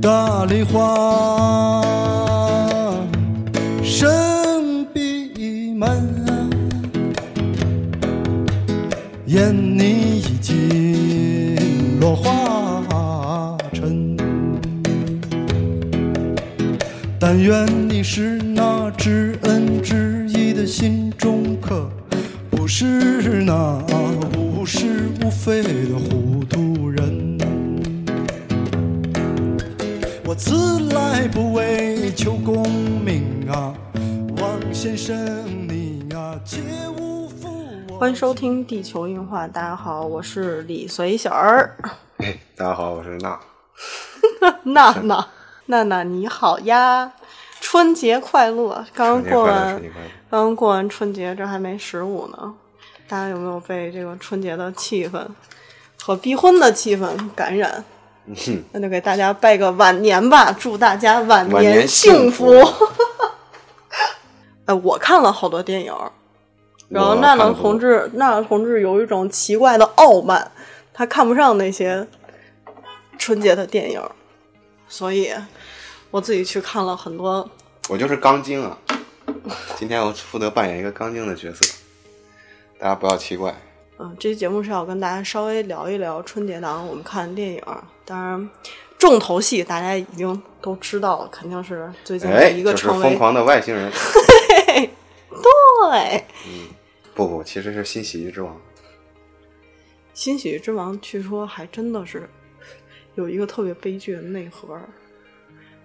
大梨花，深闭门，眼你已经落花尘。但愿你是那知恩知义的心中客，不是那无是无非的糊涂人。我自来不为求功名啊，王先生你啊，切勿负我。欢迎收听《地球硬化》，大家好，我是李随小儿， 哎，大家好，我是娜。娜娜，娜娜你好呀，春节快乐！刚春节过快乐，完春，节快乐！刚刚过完春节，这还没十五呢，大家有没有被这个春节的气氛和逼婚的气氛感染？嗯哼那就给大家拜个晚年吧，祝大家晚晚年幸幸福。 呃，我看了好多电影儿，然后我娜看娜了同多志，娜娜同志有一种奇怪的傲慢，她看不上那些春节的电影儿，所以我自己去看了很多。我就是钢精啊！今天我负责扮演一个钢精的角色，大家不要奇怪。嗯，这期节目是要跟大家稍微聊一聊春节档我们看的电影儿，当然重头戏大家已经都知道了，肯定是最近的哎，一个就是成疯为、狂的外星人。 对。不不，其实是新喜剧之王。新喜剧之王据说还真的是有一个特别悲剧的内核，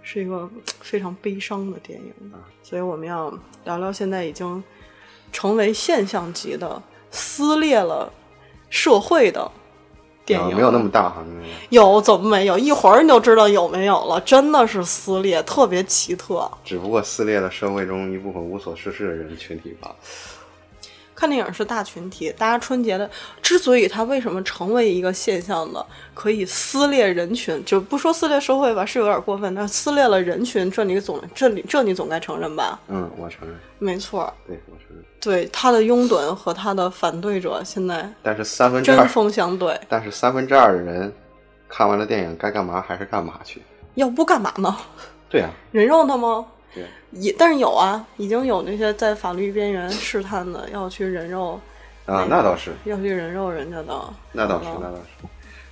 是一个非常悲伤的电影。嗯所以我们要聊聊现在已经成为现象级的、撕裂了社会的电啊影。没有那么大，好像没有有怎么没有？一会儿你就知道有没有了，真的是撕裂，特别奇特。啊只不过撕裂了社会中一部分无所事事的人群体罢了。看电影是大群体，大家春节的之所以它为什么成为一个现象呢？可以撕裂人群，就不说撕裂社会吧，是有点过分，但撕裂了人群，这你总这你这你总该承认吧？嗯，我承认，没错，对我承认。对他的拥趸和他的反对者现在但是三分之针二，锋相对，但是三分之二的人看完了电影该干嘛还是干嘛去。要不干嘛呢？对啊，人肉他吗？对啊，也但是有啊，已经有那些在法律边缘试探的要去人肉，啊，那倒是。要去人肉人家的，那倒是好，吧那倒是。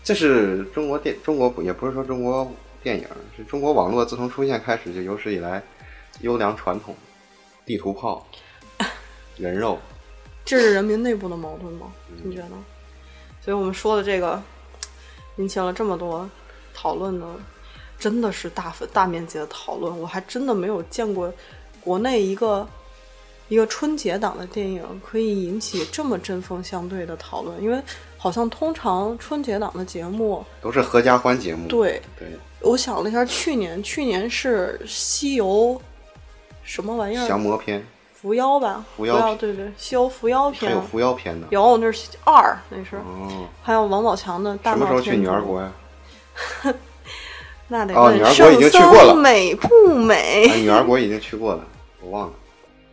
这是中国电，中国不也不是说中国电影，是中国网络自从出现开始就有史以来优良传统，地 图炮、人肉，这是人民内部的矛盾吗？嗯你觉得？所以我们说的这个引起了这么多讨论呢，真的是大分大面积的讨论。我还真的没有见过国内一个一个春节档的电影可以引起这么针锋相对的讨论，因为好像通常春节档的节目，都是合家欢节目。对对我想了一下，去年去年是《西游》什么玩意降儿？魔篇伏妖吧，伏妖篇对对，《西游伏妖还篇有》扶摇篇呢。有，那是二，那是。哦，还有王宝强的大什闹么时候天去女儿宫？国呀？那得哦问女儿国圣已经去僧过了美不美？啊，女儿国已经去过了，我忘了。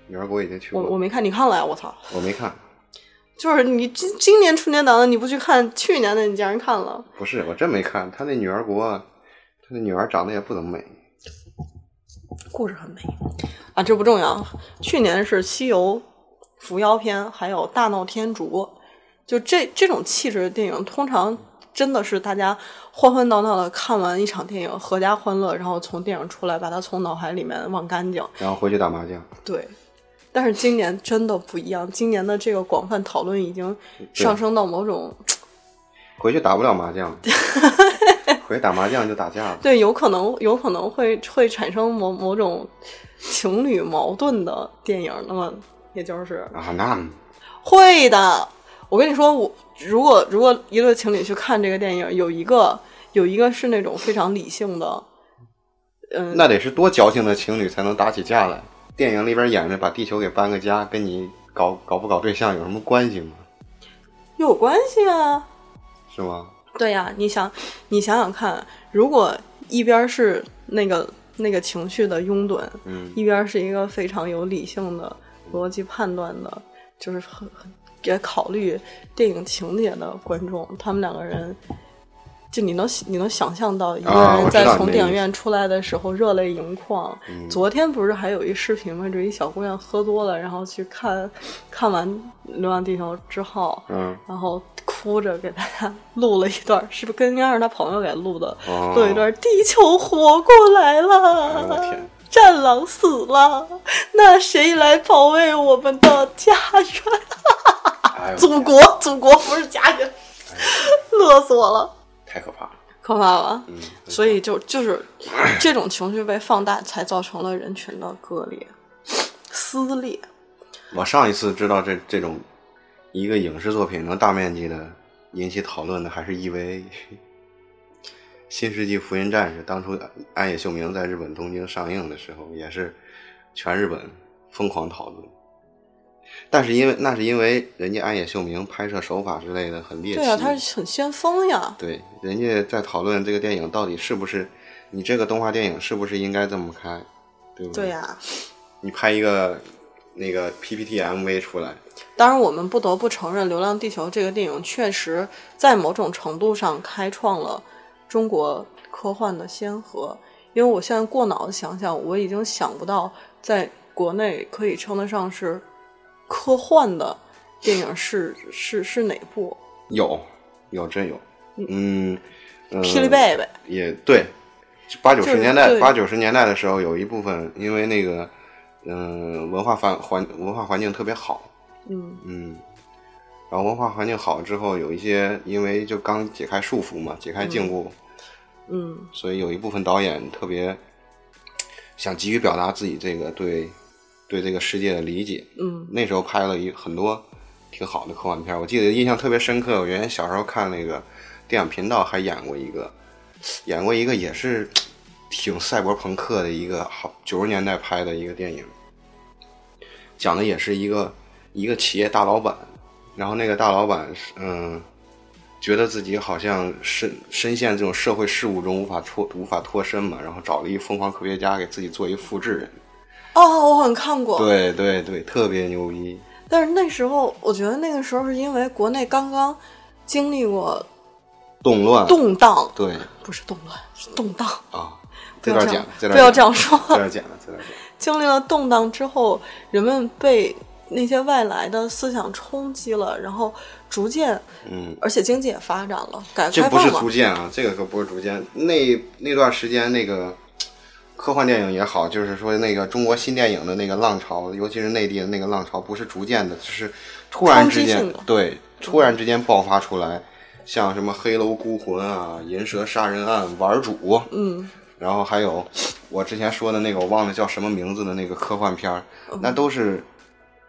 女儿国已经去我过了，我没看，你看了呀？我操！我没看。就是你今今年春节档的你不去看，去年的你竟然看了。不是，我真没看。他那女儿国，他那女儿长得也不怎么美。故事很美啊，这不重要。去年是《西游伏妖篇》，还有《大闹天竺》，就这这种气质的电影，通常真的是大家欢欢闹闹的看完一场电影，阖家欢乐，然后从电影出来，把它从脑海里面忘干净。然后回去打麻将，对，但是今年真的不一样，今年的这个广泛讨论已经上升到某种回去打不了麻 将，回去打麻将就打架了。对有可能有可能会会产生某某种情侣矛盾的电影，那么也就是啊，那会的。我跟你说，我如果如果一对情侣去看这个电影，有一个有一个是那种非常理性的，嗯，那得是多矫情的情侣才能打起架来。电影里边演着把地球给搬个家，跟你搞搞不搞对象有什么关系吗？又有关系啊。是吗？对呀、你想，你想想看，如果一边是那个那个情绪的拥趸，嗯，一边是一个非常有理性的逻辑判断的，就是很很也考虑电影情节的观众，他们两个人就你能你能想象到一个啊人我知道在你从那电意影思嗯院出来的时候热泪盈眶。昨天不是还有一视频吗？就一小姑娘喝多了，然后去看看完《流浪地球》之后，嗯，然后哭着给大家 录了一段，是不是跟应该是她朋友给录的？哦录了一段地球活过来哎我了天，战狼死了，那谁来保卫我们的家园？哎呦哎祖国，祖国不是家园，乐死我了，太可怕了，可怕吧？嗯，所以就就是这种情绪被放大，才造成了人群的割裂、撕裂。我上一次知道这这种一个影视作品能大面积的引起讨论的，还是 EVA。新世纪福音战士当初安野秀明在日本东京上映的时候，也是全日本疯狂讨论。但是因为那是因为人家安野秀明拍摄手法之类的很猎奇，对啊，他是很先锋呀。对，人家在讨论这个电影到底是不是你这个动画电影是不是应该这么开，对不对啊对呀、你拍一个那个 PPT MV 出来，当然我们不得不承认，《流浪地球》这个电影确实在某种程度上开创了中国科幻的先河。因为我现在过脑子想想，我已经想不到在国内可以称得上是科幻的电影是是是哪部？有有真有，嗯，呃霹雳贝贝，也对，八九就是十年代对八九十年代的时候，有一部分因为那个嗯、呃文化环环文化环境特别好，嗯，嗯，然后文化环境好之后，有一些因为就刚解开束缚嘛，解开禁锢，嗯，所以有一部分导演特别想急于表达自己这个对对这个世界的理解，嗯，那时候拍了一很多挺好的科幻片儿，我记得印象特别深刻。我原来小时候看那个电影频道还演过一个，演过一个也是挺赛博朋克的一个好九十年代拍的一个电影，讲的也是一个一个企业大老板，然后那个大老板是嗯。觉得自己好像深深陷这种社会事务中无法脱无法脱身嘛，然后找了一个疯狂科学家给自己做一复制人，哦，我好像看过，对对对，特别牛逼。但是那时候，我觉得那个时候是因为国内刚刚经历过动乱，动荡，对不是动乱，是动荡。啊，不这要段这剪样，，这段不要剪这样说。这段剪了，这段剪了。经历了动荡之后，人们被那些外来的思想冲击了，然后逐渐，嗯，而且经济也发展了，改革这开不是放逐了。渐啊，这个可不是逐渐。那那段时间，那个科幻电影也好，就是说那个中国新电影的那个浪潮，尤其是内地的那个浪潮，不是逐渐的，就是突然之冲击间性的，对，突然之间爆发出来，像什么《黑楼孤魂》啊，《银蛇杀人案》《玩主》，嗯，然后还有我之前说的那个我忘了叫什么名字的那个科幻片儿，嗯那都是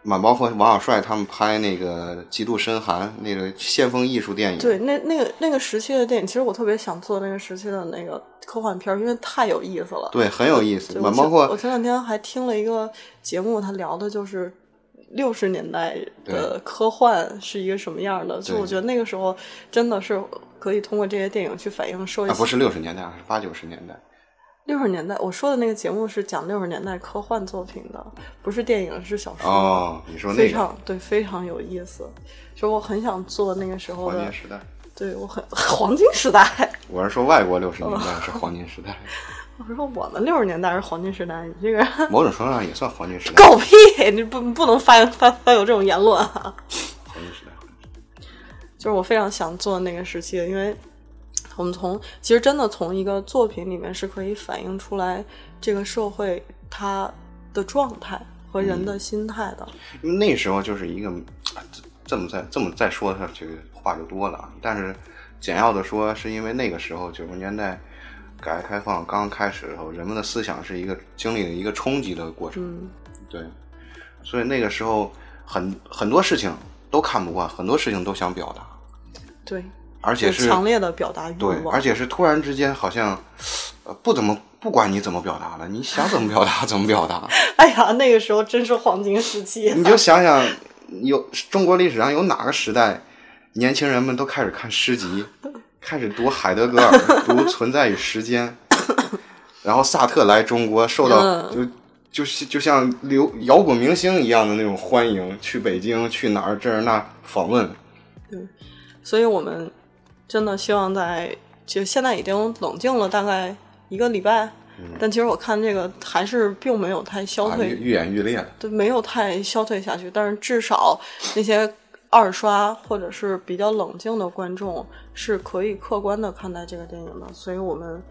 满包括王小帅他们拍那个《极度深寒》那个先锋艺术电影，对，那那个那个时期的电影，其实我特别想做那个时期的那个科幻片儿，因为太有意思了。对很有意思。对，满我包前括我前两天还听了一个节目，他聊的就是六十年代的科幻是一个什么样的，所以我觉得那个时候真的是可以通过这些电影去反映社会。啊，不是六十年代，是八九十年代。六十年代，我说的那个节目是讲六十年代科幻作品的，不是电影，是小说。哦，你说非那个常对，非常有意思，就我很想做那个时候黄金的，时代，对我很 黄金时代。 我是说外国六十哦年代是黄金时代，我说我们六十年代是黄金时代，你 这个人某种程度上也算黄金时代。狗屁，你不不能发 发发有这种言论啊！黄金时代，就是我非常想做那个时期的，因为我们从其实真的从一个作品里面是可以反映出来这个社会它的状态和人嗯的心态的。因为那时候就是一个，啊这这么再这么再说下去话就多了啊。但是简要的说，是因为那个时候九十年代改革开放刚开始的时候，人们的思想是一个经历了一个冲击的过程，嗯对，所以那个时候很很多事情都看不惯，很多事情都想表达，对，而且有是强烈的表达欲对，望，而且是突然之间好像，呃，不怎么不管你怎么表达了，你想怎么表达 怎么表达。 哎呀，那个时候真是黄金时期啊、你就想想，有中国历史上有哪个时代，年轻人们都开始看诗集，开始读海德格尔， 读《存在与时间》，然后萨特来中国受到就嗯就是就像流摇滚明星一样的那种欢迎，去北京去哪儿这儿那儿访问，所以我们真的希望在就现在已经冷静了大概一个礼拜，嗯但其实我看这个还是并没有太消啊，退，愈愈演愈烈了。对，没有太消退下去，但是至少那些二刷或者是比较冷静的观众是可以客观的看待这个电影的，所以我们。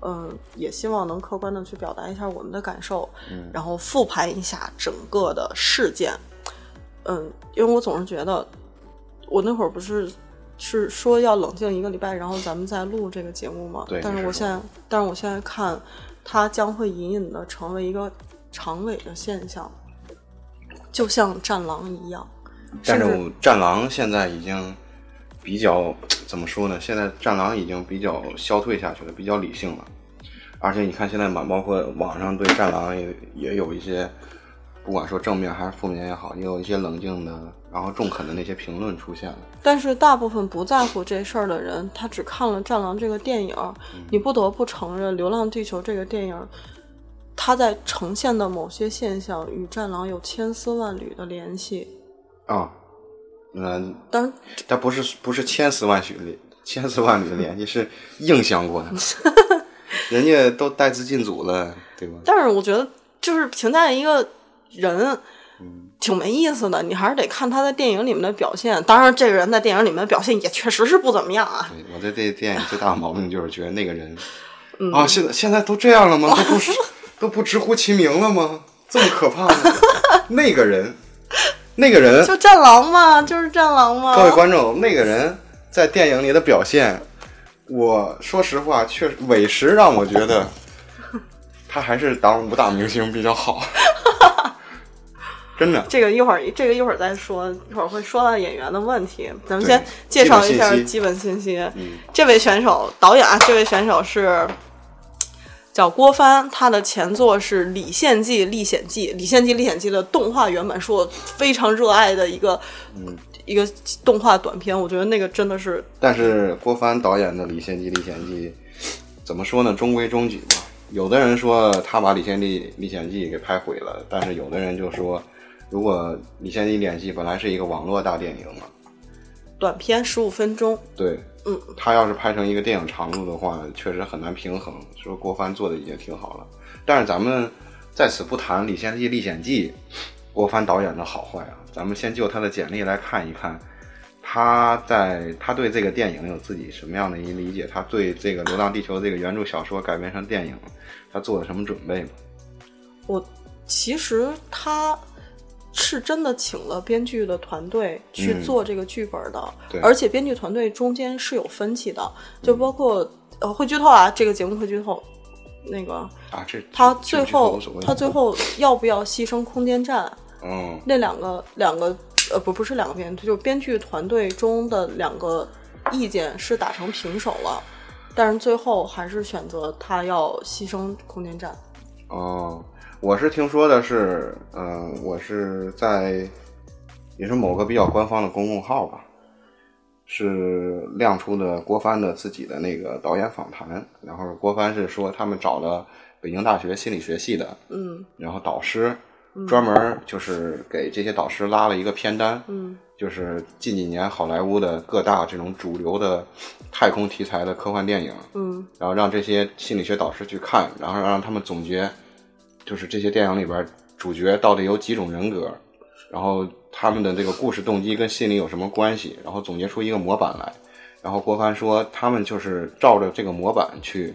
嗯，也希望能客观的去表达一下我们的感受，嗯然后复盘一下整个的事件。嗯，因为我总是觉得，我那会儿不是是说要冷静一个礼拜，然后咱们再录这个节目嘛对。但你是是我说现在，但是我现在看，它将会隐隐的成为一个长尾的现象。就像战狼一样，甚但是至我战狼现在已经比较怎么说呢？现在战狼已经比较消退下去了，比较理性了。而且你看，现在满包括网上对战狼也也有一些，不管说正面还是负面也好，也有一些冷静的，然后中肯的那些评论出现了。但是大部分不在乎这事儿的人，他只看了《战狼》这个电影儿，嗯你不得不承认，《流浪地球》这个电影儿，它在呈现的某些现象与《战狼》有千丝万缕的联系。啊，嗯，当然，它不是不是千丝万缕千丝万缕的联系，是硬相 过的。人家都带资进组了，对吧？但是我觉得就是评价一个人。嗯挺没意思的，你还是得看他在电影里面的表现。当然，这个人在电影里面的表现也确实是不怎么样啊。对我对这电影最大的毛病就是觉得那个人，啊，现在现在都这样了吗？都不是都不直呼其名了吗？这么可怕吗？那个人，那个人就，战狼嘛，就是战狼嘛。各位观众，那个人在电影里的表现，我说实话，确实委实让我觉得他还是当武打明星比较好， 真的。这个一会儿，这个一会儿再说，一会儿会说到演员的问题。咱们对先介绍一下基本信息基本信息。这位选手，导演啊，这位选手是叫郭帆，他的前作是《李献计历险记》，《李献计历险记》的动画原版是我非常热爱的一个、嗯一个动画短片，我觉得那个真的是但是郭帆导演的《李献计历险记》怎么说呢？中规中矩吧。有的人说他把《李献计历险记》给拍毁了，但是有的人就说，如果《李献计历险记》本来是一个网络大电影嘛，短片十五分钟，对，嗯，他要是拍成一个电影长度的话，确实很难平衡。说郭帆做的已经挺好了，但是咱们在此不谈《李献计历险记》郭帆导演的好坏啊，咱们先就他的简历来看一看，他在他对这个电影有自己什么样的一理解？他对这个《流浪地球》这个原著小说改编成电影，他做了什么准备吗？我其实他是真的请了编剧的团队去嗯做这个剧本的，对嗯而且编剧团队中间是有分歧的，就包括、呃会剧透啊，这个节目会剧透，那个啊，这他这最这个后无所谓他最后要不要牺牲空间站嗯那两个两个呃不不是两个编剧，就是编剧团队中的两个意见是打成平手了。但是最后还是选择他要牺牲空间站，哦，我是听说的是，嗯、我是在也是某个比较官方的公众号吧，是亮出的郭帆的自己的那个导演访谈，然后郭帆是说他们找了北京大学心理学系的，嗯然后导师专门儿就是给这些导师拉了一个片单，嗯，就是近几年好莱坞的各大这种主流的太空题材的科幻电影，嗯，然后让这些心理学导师去看，然后让他们总结，就是这些电影里边主角到底有几种人格，然后他们的这个故事动机跟心理有什么关系，然后总结出一个模板来。然后郭帆说，他们就是照着这个模板去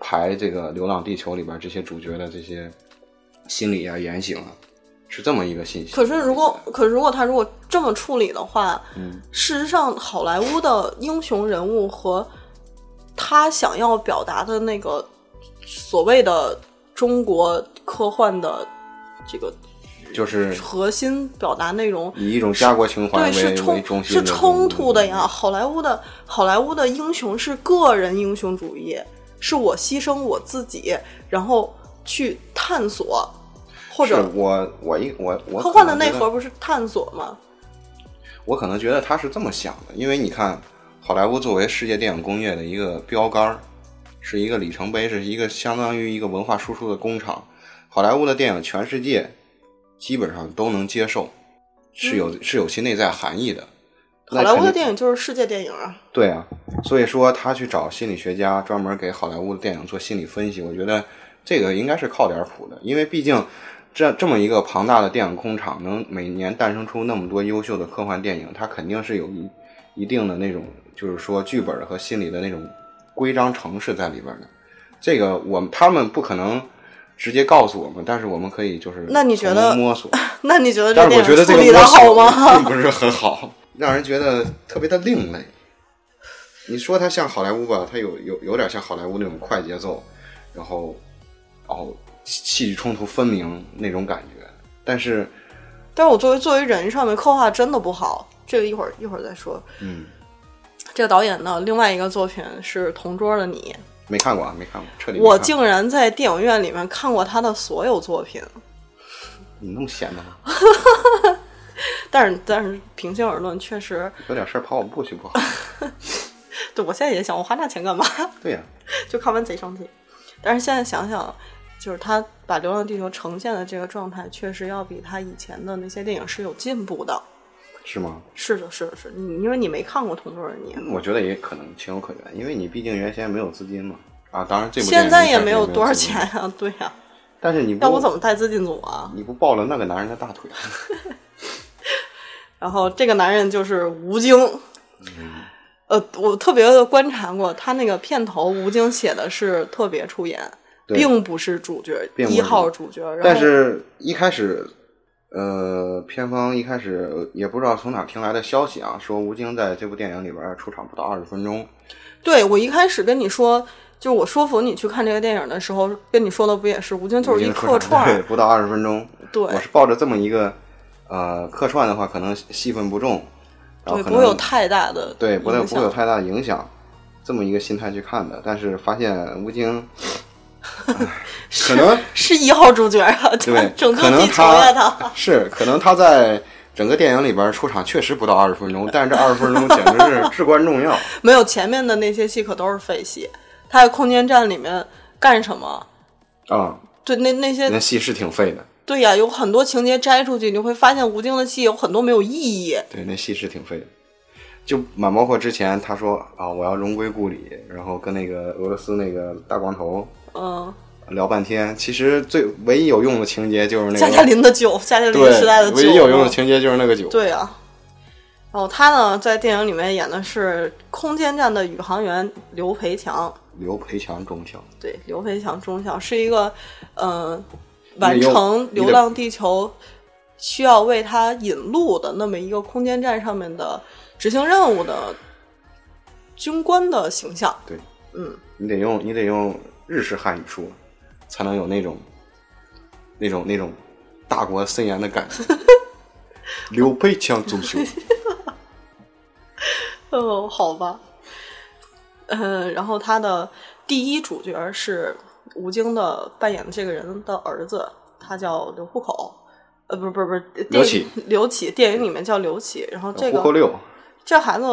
排这个《流浪地球》里边这些主角的这些心理啊、言行啊，是这么一个信息。可是如果，可是如果他如果这么处理的话，嗯事实上好莱坞的英雄人物和他想要表达的那个所谓的中国科幻的这个就是核心表达内容，嗯以一种家国情怀对，为是为冲中是心的嗯冲突的呀。。好莱坞的好莱坞的英雄是个人英雄主义，是我牺牲我自己，然后去探索，或是者我我一我我科幻的可能内觉得核不是探索吗？我可能觉得他是这么想的，因为你看，好莱坞作为世界电影工业的一个标杆儿，是一个里程碑，是一个相当于一个文化输出的工厂。好莱坞的电影，全世界基本上都能接受，是有是有其内在含义的。嗯好那莱坞的肯定电影就是世界电影啊， 对啊，所以说他去找心理学家专门给好莱坞的电影做心理分析，我觉得这个应该是靠点谱的，因为毕竟这这么一个庞大的电影工厂，能每年诞生出那么多优秀的科幻电影，它肯定是有一一定的那种，就是说剧本和心理的那种规章程式在里边的。这个我们他们不可能直接告诉我们，但是我们可以就是那你觉得从中摸索？那你觉得但是我电觉得影这处个理摸的好索吗？ 并不是很好， 让人觉得特别的另类。你说它像好莱坞吧，它有有有点像好莱坞那种快节奏，然后哦戏剧冲突分明那种感觉，但是但是我作为作为人上面刻画真的不好，这个一会儿一会儿再说。嗯这个导演的另外一个作品是《同桌的你没看过啊，没看过，彻底》，没我看过竟然在电影院里面看过他的所有作品，你那么闲的吗？但是但是平心而论，确实，有点事儿跑跑步去不好？ 对我现在也想，我花那钱干嘛？ 对呀、就看完贼生气。但是现在想想，就是他把《流浪地球》呈现的这个状态，确实要比他以前的那些电影是有进步的。是吗？是的，是的，是的你因为你没看过《同桌的你》，啊我觉得也可能情有可原，因为你毕竟原先没有资金嘛。啊，当然这部电现影在确也没实没有多少资金钱，啊。对呀、但是你不要我怎么带资进组啊？你不抱了那个男人的大腿？然后这个男人就是吴京。呃，我特别的观察过，他那个片头吴京写的是特别出演，对并不是主角，并不一是号主角。然后但是一开始，呃，片方一开始呃也不知道从哪听来的消息啊，说吴京在这部电影里边出场不到二十分钟。对我一开始跟你说，就是我说服你去看这个电影的时候，跟你说的不也是吴京就是一吴京出客场串对，儿，不到二十分钟。对我是抱着这么一个，呃，客串的话可能戏份不重，然后对，可不会有能太大的对不会影不会有响。太大的影响，这么一个心态去看的。但是发现吴京是可 能是一号主角啊，，对拯救可能地球呀他。他是可能他在整个电影里边出场确实不到二十分钟，但是这二十分钟简直是至关 重要。没有前面的那些戏可都是废戏，他在空间站里面干什么？啊、对，那那些那戏是挺废的，对呀，有很多情节摘出去，你会发现吴京的戏有很多没有意义。对，那戏是挺废的。就满包括之前他说啊，我要荣归故里，然后跟那个俄罗斯那个大光头嗯，聊半天。其实最唯一有用的情节就是那夏嘉个林的酒，夏嘉林时代的对，酒，嗯唯一有用的情节就是那个酒。对啊，然后他呢在电影里面演的是空间站的宇航员刘培强，刘培强中校，对，刘培强中校是一个，呃，得完有成《你得流浪地球》需要为他引路的那么一个空间站上面的执行任务的军官的形象。对嗯，你得用你得用日式汉语说，才能有那种那种那种大国森严的 感觉。刘培强中校， 哦，好吧，呃，然后他的第一主角是吴京的扮演的这个人的儿子，他叫刘户口，呃，不是不是不是刘电启，呃刘启，电影里面叫刘启，然后这胡扣个六，这孩子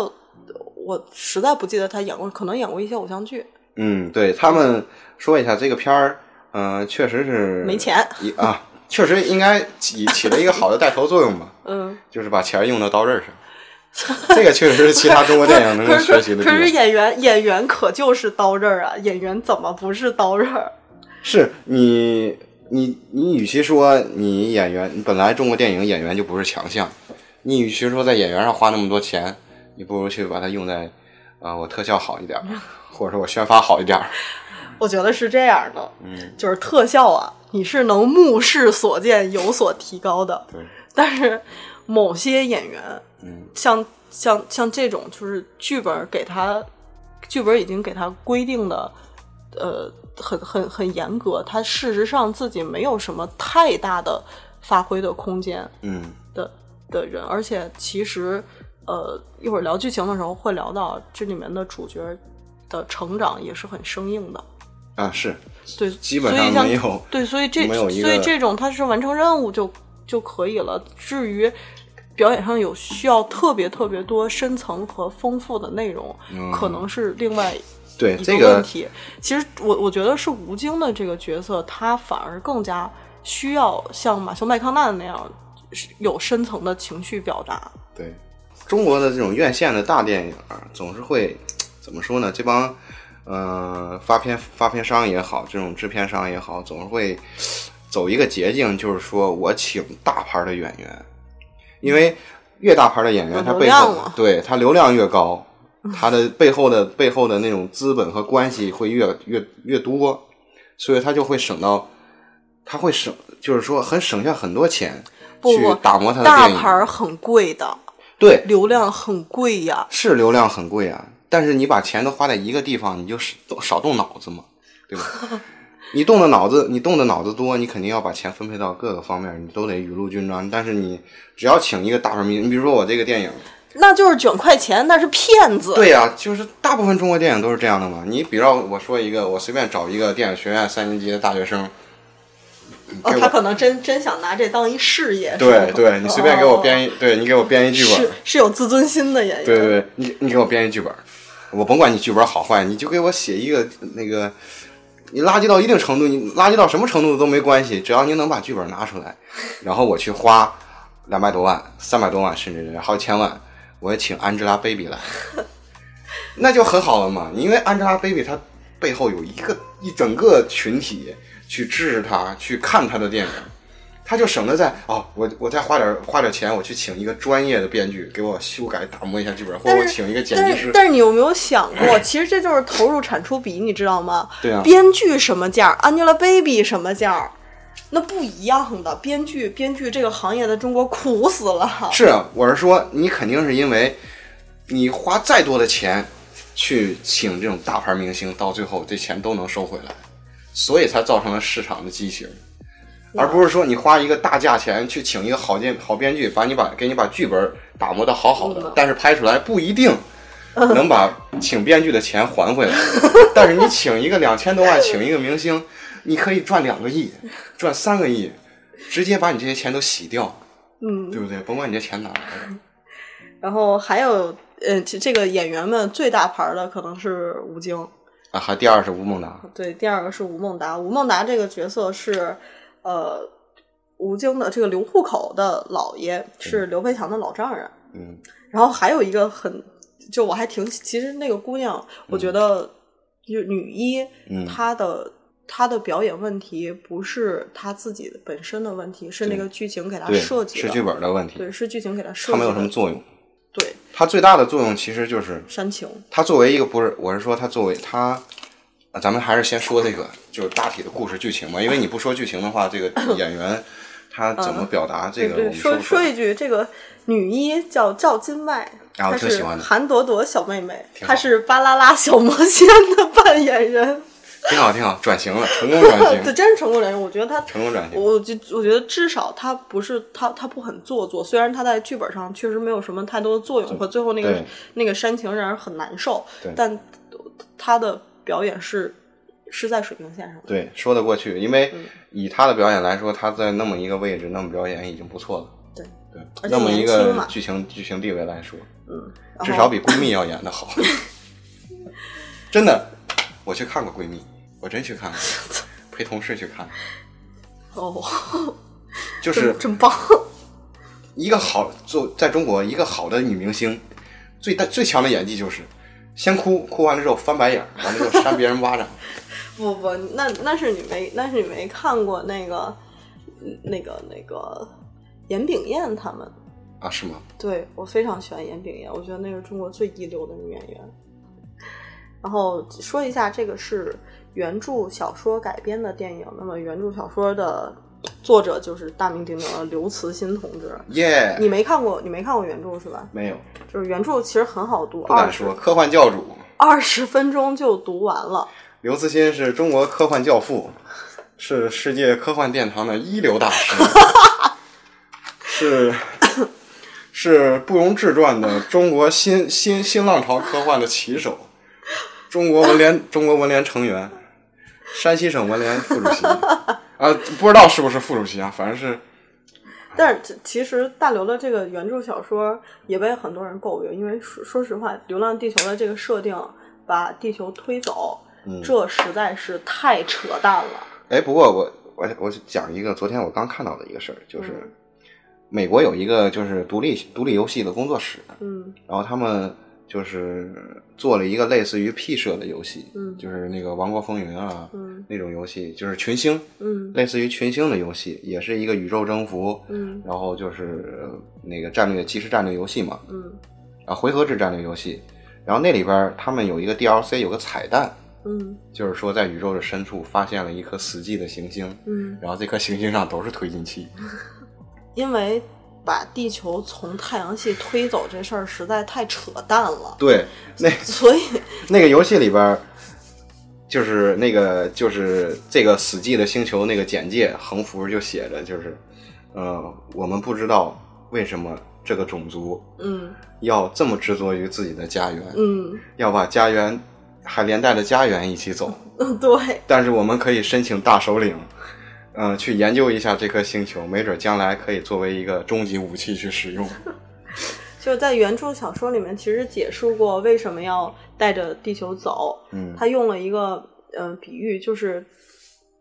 我实在不记得他演过，可能演过一些偶像剧，嗯，对他们说一下这个片儿，嗯、确实是没钱，一啊，确实应该起起了一个好的带头作用吧，嗯，就是把钱用到刀刃上。这个确实是其他中国电影能够可学是习可的是可是地方。演员演员可就是刀刃儿啊，演员怎么不是刀刃儿？是你你你，与其说你演员，本来中国电影演员就不是强项，你与其说在演员上花那么多钱，你不如去把它用在，啊、我特效好一点儿，或者说我宣发好一点儿。我觉得是这样的，嗯，就是特效啊，你是能目视所见有所提高的，对，但是某些演员，嗯，像像像这种，就是剧本给他，剧本已经给他规定的，呃，很很很严格，他事实上自己没有什么太大的发挥的空间嗯，的的人，而且其实，呃，一会儿聊剧情的时候会聊到这里面的主角的成长也是很生硬的。啊是，对，基本所以上像没有对，所以这没有一个所以这种它是完成任务就就可以了。至于表演上有需要特别特别多深层和丰富的内容，嗯可能是另外对一这问个题。其实我我觉得是吴京的这个角色，他反而更加需要像马修麦康纳那样是有深层的情绪表达。对，中国的这种院线的大电影儿总是会怎么说呢？这帮呃发片发片商也好，这种制片商也好，总是会走一个捷径，就是说我请大牌的演员，因为越大牌的演员，有他流背量后嘛对他流量越 高，他的背后的背后的那种资本和关系会越越越多，所以他就会省到，他会省，就是说很省下很多钱不去不，打磨他的大电影。牌儿很贵的，对，流量很贵呀。是流量很贵啊，但是你把钱都花在一个地方，你就少少动脑子嘛，对吧？你动的脑子，你动的脑子多，你肯定要把钱分配到各个方面，你都得雨露均沾。但是你只要请一个大牌明星，你比如说我这个电影，那就是卷快钱，那是骗子。对呀、就是大部分中国电影都是这样的嘛。你比如我说一个，我随便找一个电影学院三年级的大学生，哦给，他哎我，可能真真想拿这当一事业。呃是吗哦对对，你随便给我编一，对你给我编一剧本，是是有自尊心的演员。对对，对，你你给我编一剧本儿，我甭管你剧本好坏，你就给我写一个那个，你垃圾到一定程度，你垃圾到什么程度都没关系，只要你能把剧本拿出来，然后我去花两百多万、三百多万，甚至好几千万，我也请 Angelababy 来，那就很好了嘛。因为 Angelababy 她背后有一个一整个群体去支持她，去看她的电影。他就省得在哦，我我再花点花点钱，我去请一个专业的编剧给我修改打磨一下剧本，或者但我是请一个剪但辑是师。但是你有没有想过，其实这就是投入产出比，你知道吗？对啊编剧什么价儿，Angelababy 什么价儿，那不一样的。编剧编剧这个行业在中国苦死了。是，我是说，你肯定是因为你花再多的钱去请这种大牌明星，到最后这钱都能收回来，所以才造成了市场的畸形，而不是说你花一个大价钱去请一个好编好编剧，把你把给你把剧本打磨的好好的嗯，但是拍出来不一定。能把请编剧的钱还回来，但是你请一个两千多万，请一个明星，你可以赚两个亿，赚三个亿，直接把你这些钱都洗掉，嗯，对不对？甭管你这钱哪来的，然后还有，呃，其这个演员们最大牌儿的可能是吴京，啊，还第二是吴孟达，对，第二个是吴孟达。吴孟达这个角色是，呃，吴京的这个留户口的姥爷，是刘培强的老丈人。嗯然后还有一个很，就我还挺，其实那个姑娘，我觉得就女一，嗯她的她的表演问题不是她自己本身的问题，是那个剧情给她对，啊设计是的，剧本的问题，对，是剧情给她设计的，它没有什么作用。对它最大的作用其实就是，煽情，它作为一个不是，我是说它作为它，呃咱们还是先说这个，就是大体的故事剧情嘛，因为你不说剧情的话， 这个演员他怎么表达这嗯个，对对，我们说说不说一句，这个女一叫赵今麦，啊我她挺是喜欢的韩朵朵小妹妹，挺好她是巴啦啦小魔仙的扮演人，挺好，挺好，转型了，成功 转这型，真是成功人士，我觉得她成功转型。我就我觉得至少他不是他他不很做作，虽然他在剧本上确实没有什么太多的作用和最后那个对那个煽情让人很难受对，但他的表演是是在水平线上的。对，说得过去，因为嗯以他的表演来说，他在那么一个位置，那么表演已经不错了。对对，而且那么一年轻个嘛剧情剧情地位来说，然后至少比闺蜜要演 的好。真的，我去看过闺蜜，我真去 看过，陪同事去看，哦，就真是 真棒，一个好做在中国一个好的女明星，最大最强的演技就是先哭，哭完了之后翻白眼儿，完了之后扇别人 巴掌。不不，那那是你没那是你没看过那个那个那个严炳彦他们。啊，是吗？对我非常喜欢严炳彦，我觉得那是中国最一流的女演员。 然后说一下，这个是原著小说改编的电影。那么原著小说的作者就是大名鼎鼎的刘慈欣同志。耶、你没看过，你没看过原著是吧？没有，就是原著其实很好读，不二敢十说。科幻教主二十分钟就读完了。刘慈欣是中国科幻教父，是世界科幻殿堂的一流大师，是是不容置传的中国新新新浪潮科幻的旗手，中国文联中国文联成员，山西省文联副主席，啊、不知道是不是副主席啊，反正是但是其其实大刘的这个原著小说也被很多人诟病，因为说说实话，《流浪地球》的这个设定把地球推走，这实在是太扯淡了。哎，不过我我我讲一个昨天我刚看到的一个事儿，就是嗯美国有一个就是独立独立游戏的工作室，嗯然后他们就是做了一个类似于 P 社的游戏，嗯就是那个《王国风云》啊、嗯那种游戏，就是群星，嗯类似于群星的游戏，也是一个宇宙征服，嗯然后就是呃那个战略即时战略游戏嘛，嗯啊，回合制战略游戏。然后那里边儿他们有一个 DLC 有个彩蛋，嗯就是说在宇宙的深处发现了一颗死寂的行星，嗯，然后这颗行星上都是推 进器。因为把地球从太阳系推走这事儿实在太扯淡了，对，那所以那个游戏里边儿，就是那个就是这个死寂的星球那个简介横幅就写着就是，呃，我们不知道为什么这个种族嗯要这么执着于自己的家园，嗯要把家园还连带着家园一起走，嗯对，但是我们可以申请大首领。嗯、去研究一下这颗星球，没准将来可以作为一个终极武器去使 用。就是在原著小说里面其实解释过为什么要带着地球走，嗯，他用了一个呃比喻，就是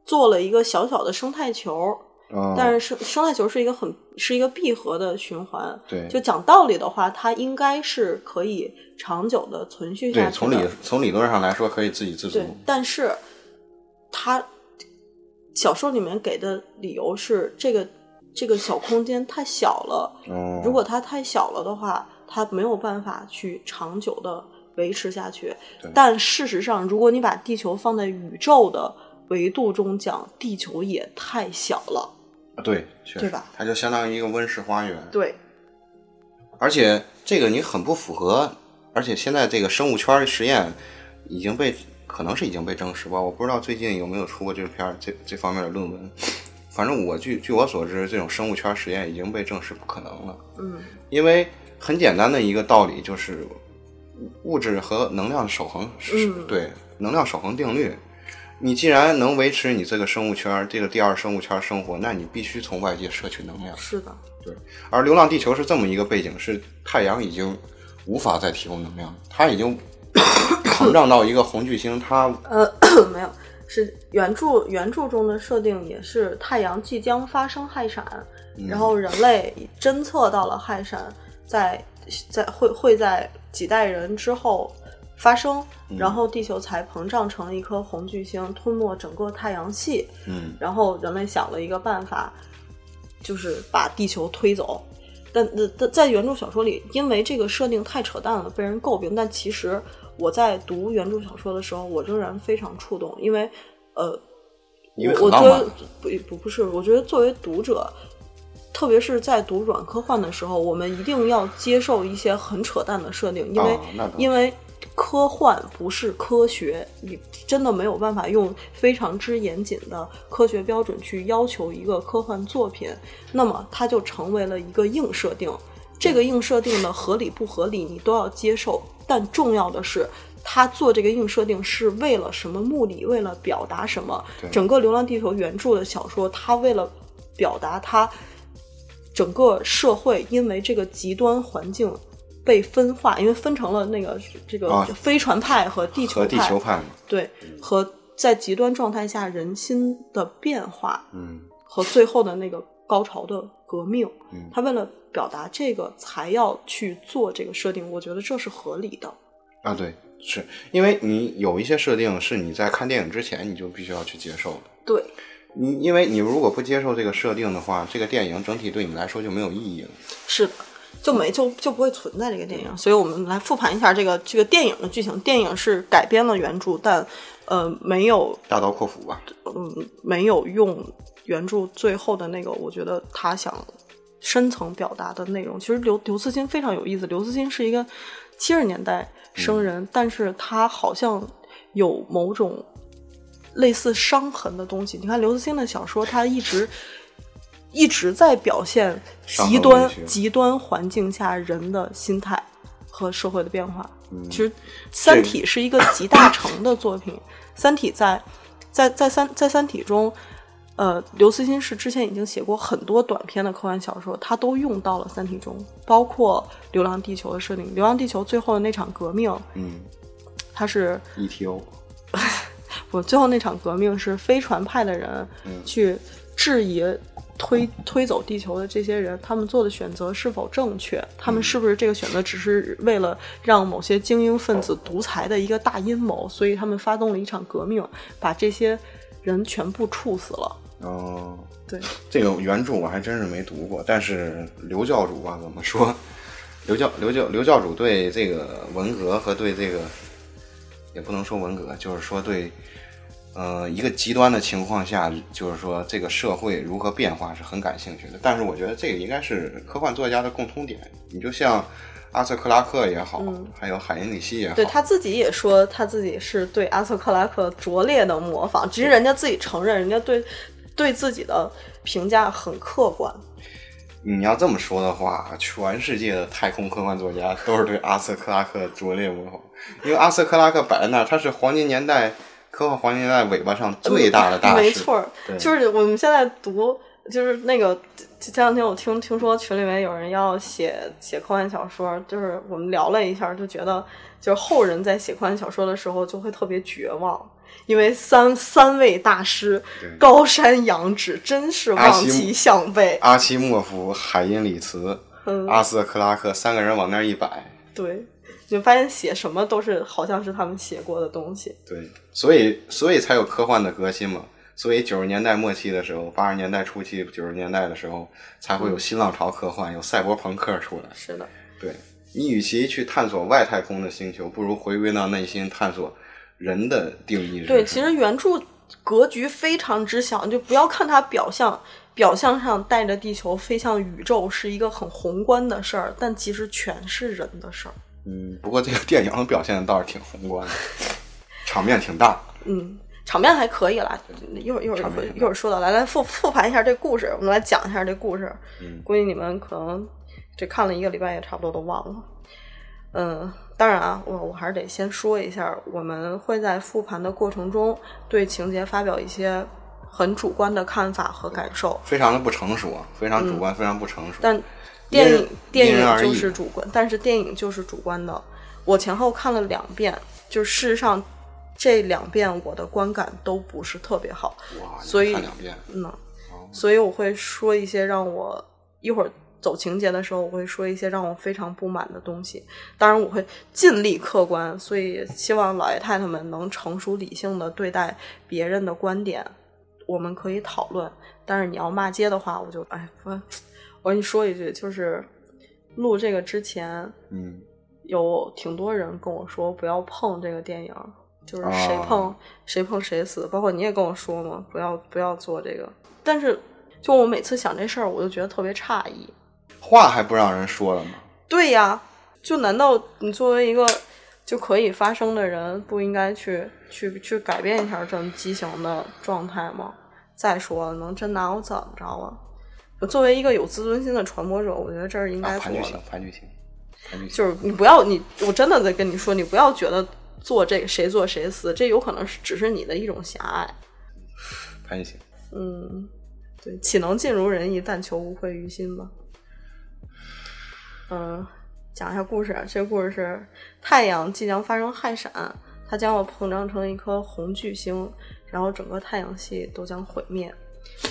做了一个小小的生态球，嗯但是生生态球是一个很是一个闭合的循环。对，就讲道理的话，它应该是可以长久的存续下对，去从理的。从理论上来说可以自给自足。对，但是他小说里面给的理由是这个这个小空间太小了，哦，如果它太小了的话，它没有办法去长久的维持下去对。但事实上，如果你把地球放在宇宙的维度中讲，地球也太小了。啊对，确实，对吧它就相当于一个温室花园。，对，而且这个你很不符合，而且现在这个生物圈实验已经被可能是已经被证实吧，我不知道最近有没有出过这篇儿这这方面的论文。反正我据据我所知，这种生物圈实验已经被证实不可能了，嗯因为很简单的一个道理就是物质和能量守恒，是嗯对能量守恒定律。你既然能维持你这个生物圈儿、这个第二生物圈儿生活，那你必须从外界摄取能量。是的，而《流浪地球》是这么一个背景，是太阳已经无法再提供能量，它 已经膨胀到一个红巨星，它呃，没有，是原著原著中的设定也是太阳即将发生氦闪，嗯然后人类侦测到了氦闪在在会会在几代人之后发生，然后地球才膨胀成一颗红巨星，吞没整个太阳系。嗯，然后人类想了一个办法，就是把地球推走。但呃但在原著小说里，因为这个设定太扯淡了，被人诟病。但其实我在读原著小说的时候，我仍然非常触动，因为呃，因为我我很浪觉漫得。不不不是，我觉得作为读者，特别是在读软科幻的时候，我们一定要接受一些很扯淡的设定，因为、啊那当然因为科幻不是科学，你真的没有办法用非常之严谨的科学标准去要求一个科幻作品，那么它就成为了一个硬设定。这个硬设定的合理不合理，你都要接受。但重要的是，他做这个硬设定是为了什么目的？为了表达什么对？整个《流浪地球》原著的小说，他为了表达他整个社会因为这个极端环境被分化，因为分成了那个这个啊飞船派和地球派，和地球嗯派嘛，对和在极端状态下人心的变化嗯和最后的那个高潮的革命。嗯，他为了表达这个才要去做这个设定，我觉得这是合理的。啊对，是因为你有一些设定是你在看电影之前你就必须要去接受的，对，你因为你如果不接受这个设定的话，这个电影整体对你来说就没有意义了。是的，就没就就不会存在这个电影。所以我们来复盘一下这个这个电影的剧情。电影是改编了原著，但呃没有大刀阔斧吧，嗯没有用原著最后的那个，我觉得他想深层表达的内容。其实刘刘慈欣非常有意思，刘慈欣是一个七十年代生嗯人，但是他好像有某种类似伤痕的东西。你看刘慈欣的小说，他一直。一直在表现伤痕极端文学极端环境下人的心态和社会的变化。嗯其实《三体》是一个集大成的作品，《三体在》在在三在《三体》中，呃，刘慈欣是之前已经写过很多短篇的科幻小说，他都用到了《三体》中，包括《流浪地球》的设定，《流浪地球》最后的那场革命，嗯，E 它是，ETO，我最后那场革命是飞船派的人嗯去质疑推推走地球的这些人，他们做的选择是否正确？他们是不是这个选择只是为了让某些精英分子独裁的一个大阴谋？所以他们发动了一场革命，把这些人全部处死了。哦，对，这个原著我还真是没读过，但是刘教主吧，怎么说？刘教刘教刘教主对这个文革和对这个，也不能说文革，就是说对，呃，一个极端的情况下，就是说这个社会如何变化是很感兴趣的。但是我觉得这个应该是科幻作家的共通点。你就像阿瑟克拉克也好，还有海因里希也好，嗯对他自己也说，他自己是对阿瑟克拉克拙劣的模仿，只是人家自己承认，人家对对自己的评价很客观。你要这么说的话，全世界的太空科幻作家都是对阿瑟克拉克拙劣模仿，因为阿瑟克拉克摆在那儿，他是黄金年代科幻黄金年代尾巴上 最大的大师，没错儿对，就是我们现在读，就是那个前前两天我听听说群里面有人要写写科幻小说，就是我们聊了一下，就觉得就是后人在写科幻小说的时候就会特别绝望。因为三三位大师对高山仰止，真是阿望西其项背。阿西莫夫、海因里茨、嗯阿瑟克拉克三个人往那儿一摆，对，你发现写什么都是好像是他们写过的东西。对，所以所以才有科幻的革新嘛。所以九十年代末期的时候，八十年代初期，九十年代的时候，才会有新浪潮科幻，有赛博朋克出来。是的，对你，与其去探索外太空的星球，不如回归到内心探索人的定义是什么。对，其实原著格局非常之小，就不要看它表象，表象上带着地球飞向宇宙是一个很宏观的事儿，但其实全是人的事儿。嗯，不过这个电影表现的倒是挺宏观的，场面挺大。嗯，场面还可以啦，一会儿一会儿一场会儿面还一会儿说到，来来复复盘一下这故事，我们来讲一下这故事。嗯估计你们可能这看了一个礼拜也差不多都忘了。嗯，当然啊，我我还是得先说一下，我们会在复盘的过程中对情节发表一些很主观的看法和感受，非常的不成熟，啊，非常主观，非常不成熟。嗯但电因影人电因人影而就异是主观，但是电影就是主观的。我前后看了两遍，就事实上这两遍我的观感都不是特别好，哇，你所以看两遍，哦嗯，所以我会说一些让我一会儿走情节的时候，我会说一些让我非常不满的东西。当然，我会尽力客观，所以希望老爷太太们能成熟理性的对待别人的观点，我们可以讨论。但是你要骂街的话，我就哎，我我跟你说一句，就是录这个之前，嗯，有挺多人跟我说不要碰这个电影，就是谁碰、啊谁碰谁死，包括你也跟我说嘛，不要不要做这个。但是就我每次想这事儿，我就觉得特别诧异。话还不让人说了吗？对呀，就难道你作为一个就可以发声的人，不应该去去去改变一下这种畸形的状态吗？再说了，能真拿我怎么着啊？我作为一个有自尊心的传播者，我觉得这是应啊，该做盘的。剧情，盘剧情，盘剧情。就是你不要你，我真的在跟你说，你不要觉得做这个谁做谁死，这有可能是只是你的一种狭隘。盘剧情。嗯，对，岂能尽如人意，但求无愧于心吧。嗯，讲一下故事，啊这个故事是太阳即将发生氦闪，它将要膨胀成一颗红巨星，然后整个太阳系都将毁灭。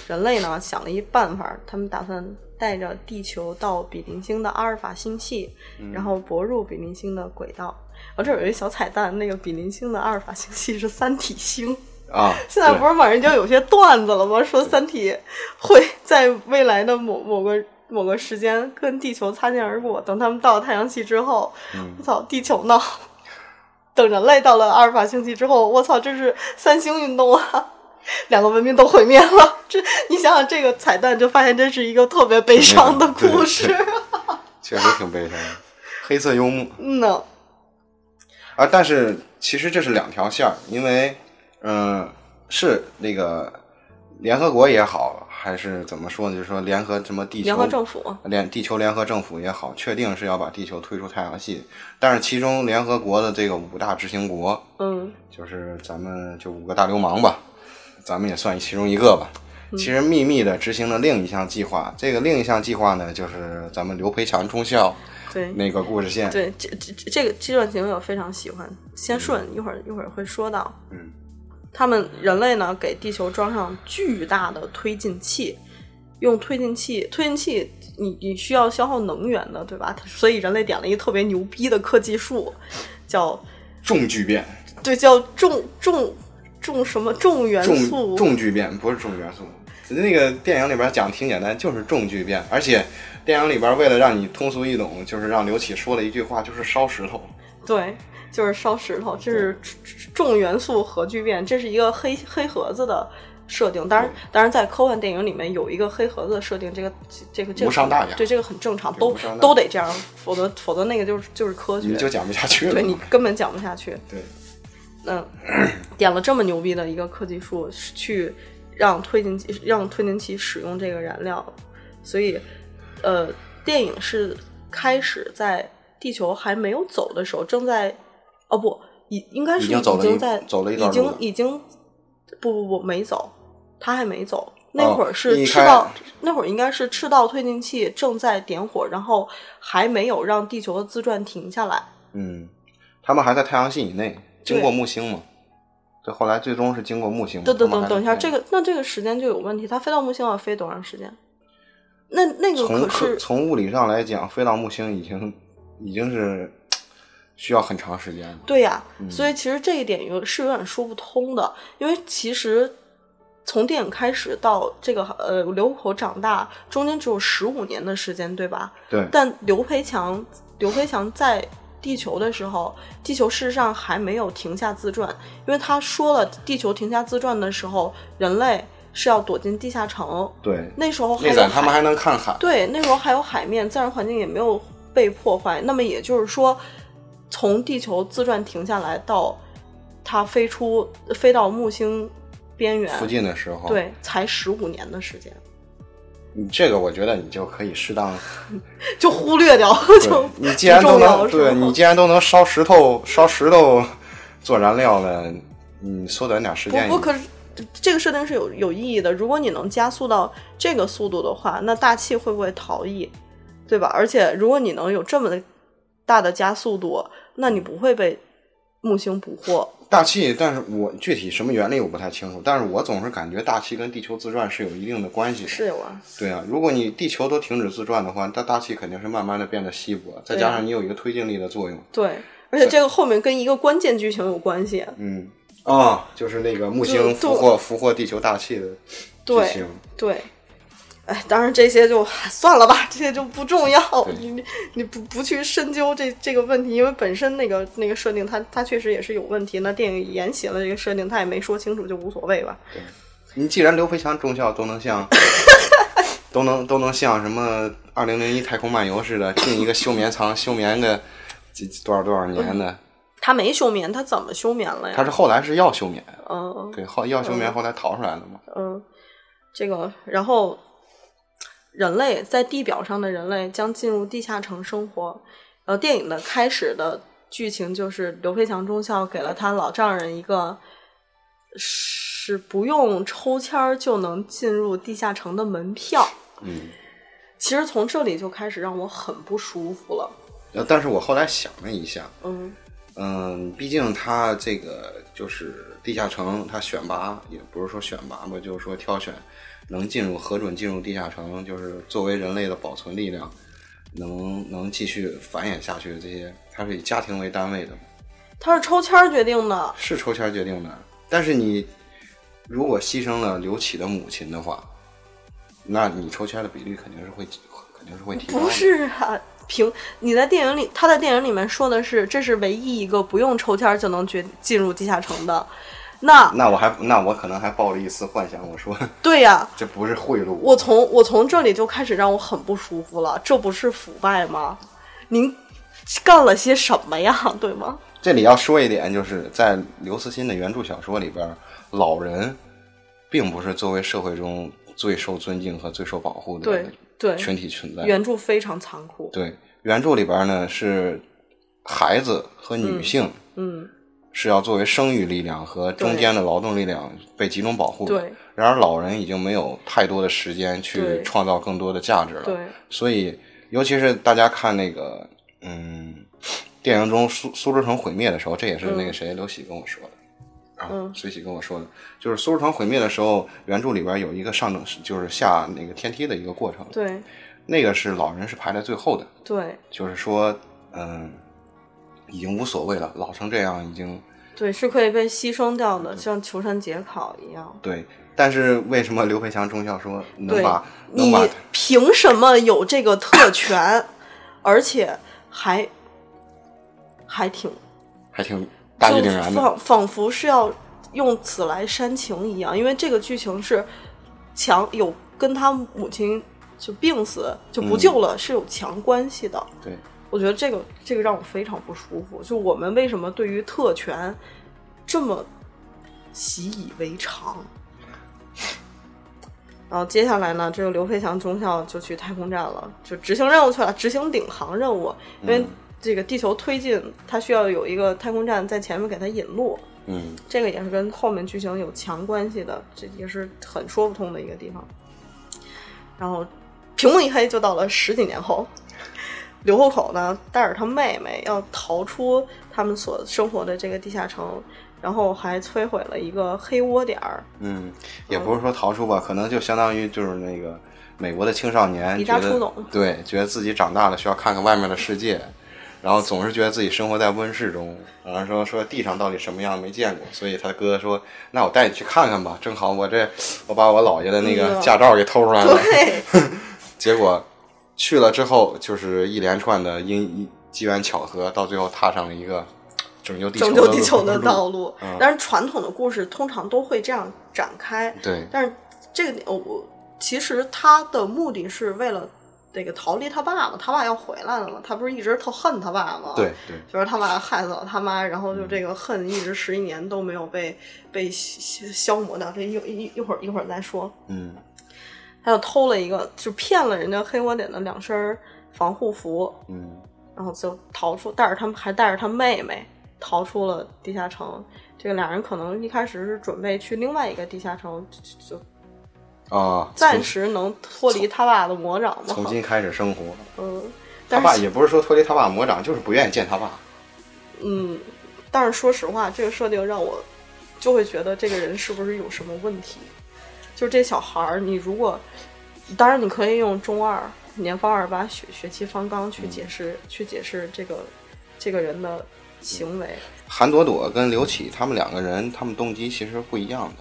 人类呢想了一办法，他们打算带着地球到比邻星的阿尔法星系，然后泊入比邻星的轨道。然后这儿有一小彩蛋，那个比邻星的阿尔法星系是三体星。啊，现在对不是网上就有些段子了吗？说《三体》会在未来的某某个某个时间跟地球擦肩而过。等他们到太阳系之后，嗯我操，地球呢？等人类到了阿尔法星系之后，我操，这是三星运动啊！两个文明都毁灭了。这你想想这个彩蛋，就发现这是一个特别悲伤的故事对。确实挺悲伤的，黑色幽默 嗯呢，啊。但是其实这是两条线儿，因为嗯、是那个联合国也好，还是怎么说呢？就是说联合什么地球联合政府联地球联合政府也好，确定是要把地球推出太阳系，但是其中联合国的这个五大执行国，嗯，就是咱们就五个大流氓吧，咱们也算其中一个吧。嗯其实秘密的执行了另一项计划，这个另一项计划呢，就是咱们刘培强中校对。那个故事线。对，这这这这个这段情节我非常喜欢。先顺，一会儿一会儿会说到。嗯，他们人类呢给地球装上巨大的推进器，用推进器，推进器你你需要消耗能源的，对吧？ 所以人类点了一个特别牛逼的科技树，叫重聚变，对，叫重重重什么重元素重重聚变不是重元素。那个电影里边讲挺简单，就是重聚变，而且电影里边为了让你通俗易懂，就是让刘启说了一句话，就是烧石头。对，就是烧石头，这是重元素核聚变，这是一个黑黑盒子的设定。当然，当然在科幻电影里面有一个黑盒子的设定，这个这个这个无伤大雅对这个很正常，对都无伤大雅都得这样，否则否则那个就是就是科你学，就讲不下去了。对你根本讲不下去。对嗯，点了这么牛逼的一个科技树，去让推进器让推进器使用这个燃料，所以呃，电影是开始在地球还没有走的时候，正在哦不，已应该是已经走了一在走了一已段路经了已经不不不没走，他还没走。那会儿是哦一赤开道，那会儿应该是赤道推进器正在点火，然后还没有让地球的自转停下来。嗯，他们还在太阳系以内，经过木星嘛。这后来最终是经过木星嘛。等等等他们还在等一下，太阳这个那这个时间就有问题，它飞到木星要飞多长时间？那那个从可科是从物理上来讲，飞到木星已经已经是需要很长时间了。对呀、嗯所以其实这一点有是有点说不通的，因为其实从电影开始到这个呃刘口长大，中间只有十五年的时间，对吧？对，但刘培强刘培强在地球的时候，地球事实上还没有停下自转，因为他说了，地球停下自转的时候，人类是要躲进地下城。对，那时候还那有咱他们海还能看海。对，那时候还有海面，自然环境也没有被破坏。那么也就是说，从地球自转停下来到它飞出飞到木星边缘附，近的哦时候，，对，才十五年的时间，你这个我觉得你就可以适 当，就忽略掉，就对你既然都能，不重要对是吗你既然都能烧石头，烧石头 做燃料了，你缩短点时不间也，不，可是这个设定是有有意义的。如果你能加速到这个速度的话，那大气会不会逃逸，对吧？而且如果你能有这么大的加速度，那你不会被木星捕获。大气，但是我具体什么原理我不太清楚，但是我总是感觉大气跟地球自转是有一定的关系的。是有啊，对啊，如果你地球都停止自转的话，那大气肯定是慢慢的变得稀薄，再对啊加上你有一个推进力的作用，对，而且这个后面跟一个关键剧情有关系。嗯，啊、就是那个木就星就俘获俘获地球大气的对剧情，对，哎，当然这些就 唉算了吧，这些就不重要对。你你你不不去深究这这个问题，因为本身那个那个设定它，它确实也是有问题。那电影沿写了这个设定，它也没说清楚，就无所谓吧。你既然刘培强中校都能像，都能都能像什么《二零零一太空漫游》似的，进一个休眠舱休眠个几多少多少年的，他没休眠，他怎么休眠了他呀？是后来是要休眠，嗯对，后要休眠嗯后来逃出来的嘛。嗯，这个，然后人类在地表上的人类将进入地下城生活。呃，电影的开始的剧情就是刘培强中校给了他老丈人一个是不用抽签儿就能进入地下城的门票。嗯，其实从这里就开始让我很不舒服了。呃但是我后来想了一下，嗯，嗯，毕竟他这个就是地下城，他选拔也不是说选拔吧，就是说挑选能进入核准进入地下城，就是作为人类的保存力量，能能继续繁衍下去的这些，它是以家庭为单位的，他是抽签儿决定的。是抽签决定的。但是你如果牺牲了刘启的母亲的话，那你抽签的比率肯定是会肯定是会提高的。不是啊，凭你在电影里，他在电影里面说的是，这是唯一一个不用抽签儿就能决进入地下城的。那那我还那我可能还抱着一丝幻想，我说 对呀、这不是贿赂，我从我从这里就开始让我很不舒服了，这不是腐败吗？您干了些什么呀？ 对吗？这里要说一点，就是在刘慈欣的原著小说里边，老人并不是作为社会中最受尊敬和最受保护的对对，群体存在。原著非常残酷。对原著里边呢，是孩子和女性嗯，是要作为生育力量和中间的劳动力量被集中保护的。对然而，老人已经没有太多的时间去对创造更多的价值了。对所以，尤其是大家看那个，嗯，电影中苏苏州城毁灭的时候，这也是那个谁刘喜跟我说的，啊嗯，水喜跟我说的，就是苏氏城毁灭的时候，原著里边有一个上就是下那个天梯的一个过程，对那个是老人是排在最后的，对就是说，嗯，已经无所谓了，老成这样已经对，是可以被牺牲掉嗯的，像求山解考一样。对。但是为什么刘培强中校说能对把能你把凭什么有这个特权， 而且还还挺还挺大义就凛然的？仿仿佛是要用此来煽情一样，因为这个剧情是强有跟他母亲就病死就嗯不救了、是有强关系的。对，我觉得这个这个让我非常不舒服。就我们为什么对于特权这么习以为常？然后接下来呢，这个刘培强中校就去太空站了，就执行任务去了，执行领航任务。因为嗯这个地球推进，它需要有一个太空站在前面给它引路，嗯，这个也是跟后面剧情有强关系的，这也是很说不通的一个地方。然后屏幕一黑，就到了十几年后，刘后口呢带着他妹妹要逃出他们所生活的这个地下城，然后还摧毁了一个黑窝点儿，嗯，也不是说逃出吧，可能就相当于就是那个美国的青少年离觉家出得走对，觉得自己长大了需要看看外面的世界，然后总是觉得自己生活在温室中，然后说说地上到底什么样没见过，所以他哥说：“那我带你去看看吧，正好我这我把我姥爷的那个嗯驾照给偷出来了。对， 结果去了之后，就是一连串的因机缘巧合，到最后踏上了一个拯救地球拯的救地球的路道路嗯。但是传统的故事通常都会这样展开，对，但是这个我我其实他的目的是为了这个逃离他爸嘛，他爸要回来了嘛，他不是一直特恨他爸吗？对，对，就是他爸害死了他妈，然后就这个恨一直十一年都没有被被消消磨掉，这一一一会儿一会儿再说。嗯他又偷了一个，就骗了人家黑窝点的两身防护服，嗯然后就逃出，带着他们还带着他妹妹逃出了地下城。这个俩人可能一开始是准备去另外一个地下城，就就啊，暂时能脱离他爸的魔掌吗？从今开始生活。嗯，他但爸是也不是说脱离他爸魔掌，就是不愿意见他爸。嗯，但是说实话，这个设定让我就会觉得这个人是不是有什么问题？就是这小孩儿，你如果当然你可以用中二、年方二八、学学期方刚去嗯解释、去解释这个这个人的行为，韩朵朵跟刘启他们两个人，他们动机其实不一样的。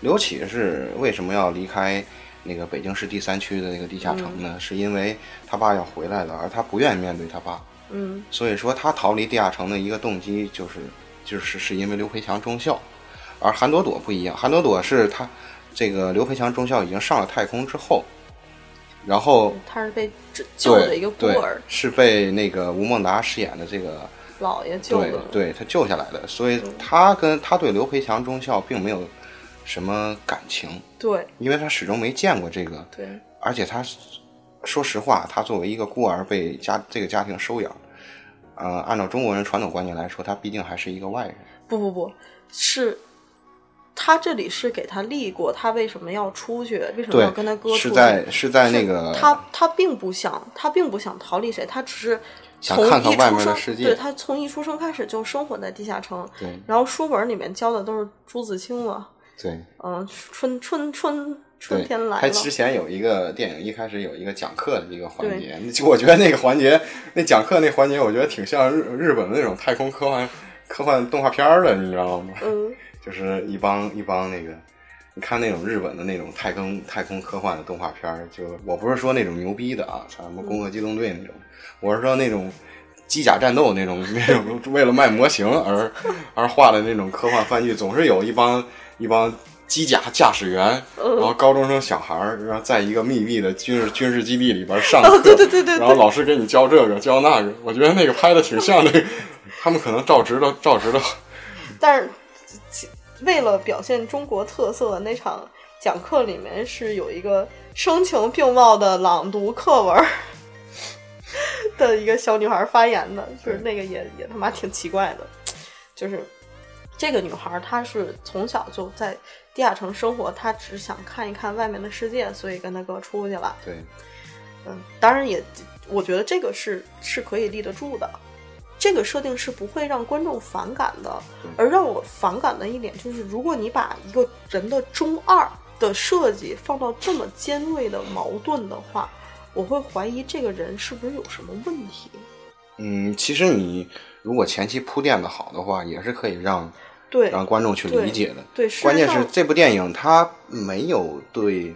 刘启是为什么要离开那个北京市第三区的那个地下城嗯呢？是因为他爸要回来了，而他不愿意面对他爸，嗯。所以说他逃离地下城的一个动机就是就是是因为刘培强中校，而韩朵朵不一样，韩朵朵是他这个刘培强中校已经上了太空之后，然后他是被拯救对的一个孤对儿，是被那个吴孟达饰演的这个姥爷救的。嗯对，对他救下来的，所以他跟他对刘培强中校并没有什么感情，对因为他始终没见过这个，对而且他说实话，他作为一个孤儿被家这个家庭收养，呃，按照中国人传统观念来说，他毕竟还是一个外人。不不不，是他这里是给他立过，他为什么要出去？为什么对要跟他哥，出去？是在是在那是个他他并不想，他并不想逃离谁，他只是想从看看一外出面的生世界对他从一出生开始就生活在地下城，对然后书本里面教的都是朱自清了，对嗯、春春春春对，天来他了，之前有一个电影，一开始有一个讲课的一个环对节，就我觉得那个环节，那讲课那环节，我觉得挺像日日本的那种太空科幻科幻动画片儿的，你知道吗？嗯，就是一帮一帮那个，你看那种日本的那种太空太空科幻的动画片儿，就我不是说那种牛逼的啊，像什么嗯《攻壳机动队》那种，我是说那种机甲战斗那种那种为了卖模型而而画的那种科幻番剧，总是有一帮一帮。机甲驾驶员，嗯然后高中生小孩儿，然后在一个密闭的军事军事基地里边上课，哦对对对对然后老师给你教这个教那个，我觉得那个拍的挺像那个，他们可能照直了照直了但是其为了表现中国特色，那场讲课里面是有一个声情并茂的朗读课文儿的一个小女孩发言的，就是那个也也他妈挺奇怪的，就是这个女孩她是从小就在地下城生活，她只想看一看外面的世界，所以跟她哥出去了。对，嗯，当然也，我觉得这个是是可以立得住的。这个设定是不会让观众反感的。而让我反感的一点就是，如果你把一个人的中二的设计放到这么尖锐的矛盾的话，我会怀疑这个人是不是有什么问题。嗯，其实你如果前期铺垫的好的话，也是可以让对让观众去理解的。对，事实关键是上这部电影它没有对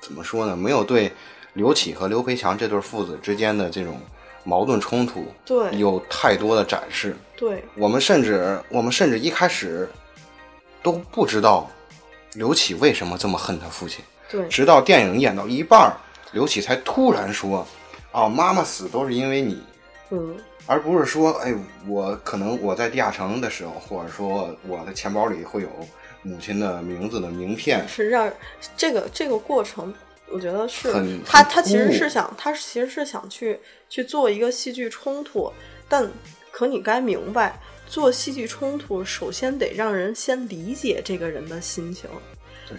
怎么说呢？没有对刘启和刘培强这对父子之间的这种矛盾冲突对有太多的展示。对我们甚至我们甚至一开始都不知道刘启为什么这么恨他父亲，对直到电影演到一半儿，刘启才突然说：“啊，妈妈死都是因为你。”嗯而不是说，哎，我可能我在地下城的时候，或者说我的钱包里会有母亲的名字的名片，是让这个这个过程，我觉得是很他很他其实突兀是想他其实是想去去做一个戏剧冲突，但可你该明白，做戏剧冲突首先得让人先理解这个人的心情。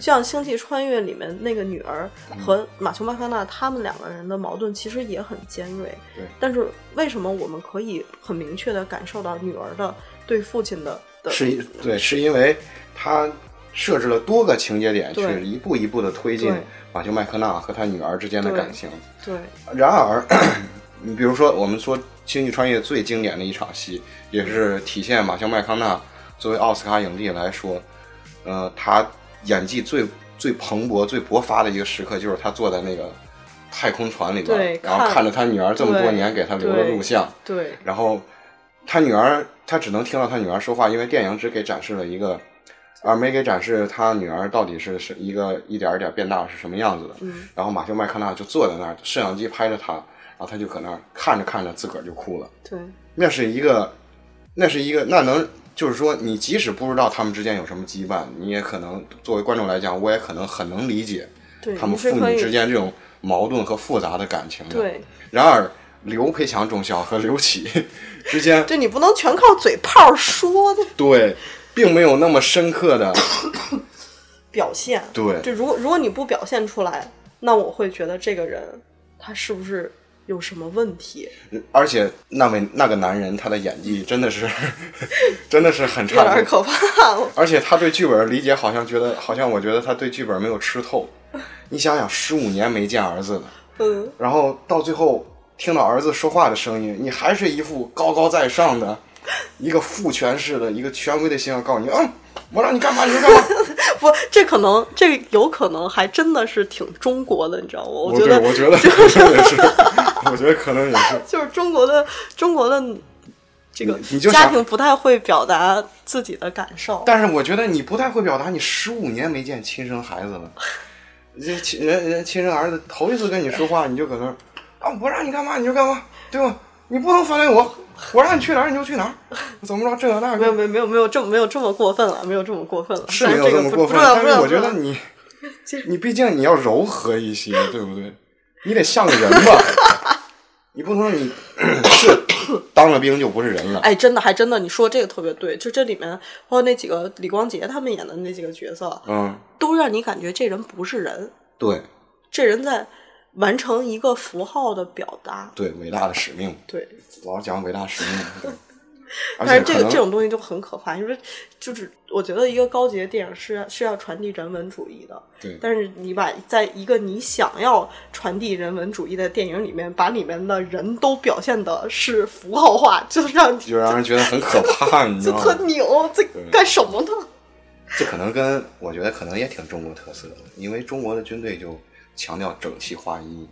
就像《星际穿越》里面那个女儿嗯和马修麦康纳他们两个人的矛盾，其实也很尖锐。对但是为什么我们可以很明确的感受到女儿的对父亲的的是因对，是因为他设置了多个情节点，对去一步一步的推进对马修麦克纳和他女儿之间的对感情。对然而， 你比如说，我们说《星际穿越》最经典的一场戏，也是体现马修麦康纳作为奥斯卡影帝来说，呃，他演技最最蓬勃、最勃发的一个时刻，就是他坐在那个太空船里边对，然后看看着他女儿这么多对年给他留的对录像，对然后他女儿，他只能听到他女儿说话，因为电影只给展示了一个，而没给展示他女儿到底是是一个一点儿一点儿变大是什么样子的。嗯然后马修麦康纳就坐在那儿，摄像机拍着他，然后他就搁那儿看着看着自个儿就哭了。对那是一个，那是一个，那能就是说，你即使不知道他们之间有什么羁绊，你也可能作为观众来讲，我也可能很能理解对，他们你是父可女以之间这种矛盾和复杂的感情的。对。然而，刘培强中校和刘启之间，对你不能全靠嘴炮说的对，并没有那么深刻的，表现。对就如果如果你不表现出来，那我会觉得这个人他是不是有什么问题，而且那位那个男人他的演技真的是， 真的是很有差点劲，可怕。而且他对剧本理解好像觉得，好像我觉得他对剧本没有吃透。你想想，十五年没见儿子了，嗯，然后到最后听到儿子说话的声音，你还是一副高高在上的一个父权式的一个权威的形象，告诉你，嗯，我让你干嘛你就干嘛。不，这可能这有可能还真的是挺中国的，你知道吗？ 我觉对得我觉得 可能也是，我觉得可能也是。就是中国的中国的这个你你就家想庭不太会表达自己的感受。但是我觉得你不太会表达，你十五年没见亲生孩 子了，人亲人人亲生儿子头一次跟你说话，你就搁那儿啊，我让你干嘛你就干嘛，对吧？你不能反对我，我让你去哪儿你就去哪儿， 怎么着这个那没有没个，有没有没有这么没有这么过分了，没有这么过分了。是但没有这这个么不过不分，重要但不是重要我觉不得重要你这你毕竟你要柔和一些，对不对？你得像个人吧， 你不能你 是当了兵就不是人 了，哎，真的，还真的，你说这个特别对，就这里面包括那几个李光洁他们演的那几个角色，嗯，都让你感觉这人不是人，对这人在完成一个符号的表达。对，伟大的使命。对，老讲伟大使命。 对而但且是这可个能这种东西就很可怕，因为就是我觉得一个高级的电影是要是要传递人文主义的，对但是你把在一个你想要传递人文主义的电影里面，把里面的人都表现的是符号化，就让就让人觉得很可怕，你知就道 特吗？牛，这对干什么呢？这可能跟我觉得可能也挺中国特色的，因为中国的军队就强调整齐划一，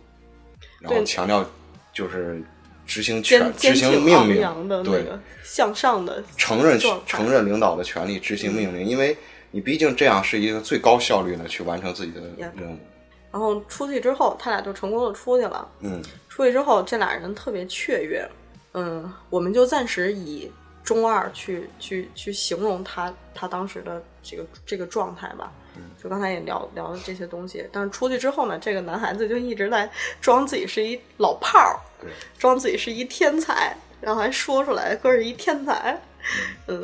然后对强调就是执行权坚、执坚行挺命昂令扬的，那对，个向上的承认状态承认领导的权利，执行嗯命令，因为你毕竟这样是一个最高效率的去完成自己的 Yeah 任务。然后出去之后，他俩就成功的出去了。嗯，出去之后，这俩人特别雀跃。嗯，我们就暂时以中二去去去形容他他当时的这个这个状态吧。嗯就刚才也聊聊了这些东西，但是出去之后呢，这个男孩子就一直在装自己是一老炮儿，对，装自己是一天才，然后还说出来哥是一天才，嗯，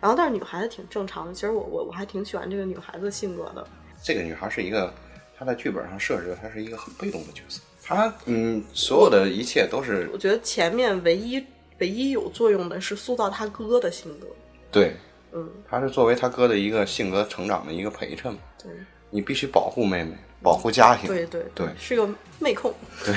然后但是女孩子挺正常的，其实我我我还挺喜欢这个女孩子性格的，这个女孩是一个，她在剧本上设置的，她是一个很被动的角色。她嗯，所有的一切都是我觉得前面唯一唯一有作用的是塑造他哥的性格。对，嗯，他是作为他哥的一个性格成长的一个陪衬，对，你必须保护妹妹，保护家庭。对对嗯对是个妹控。对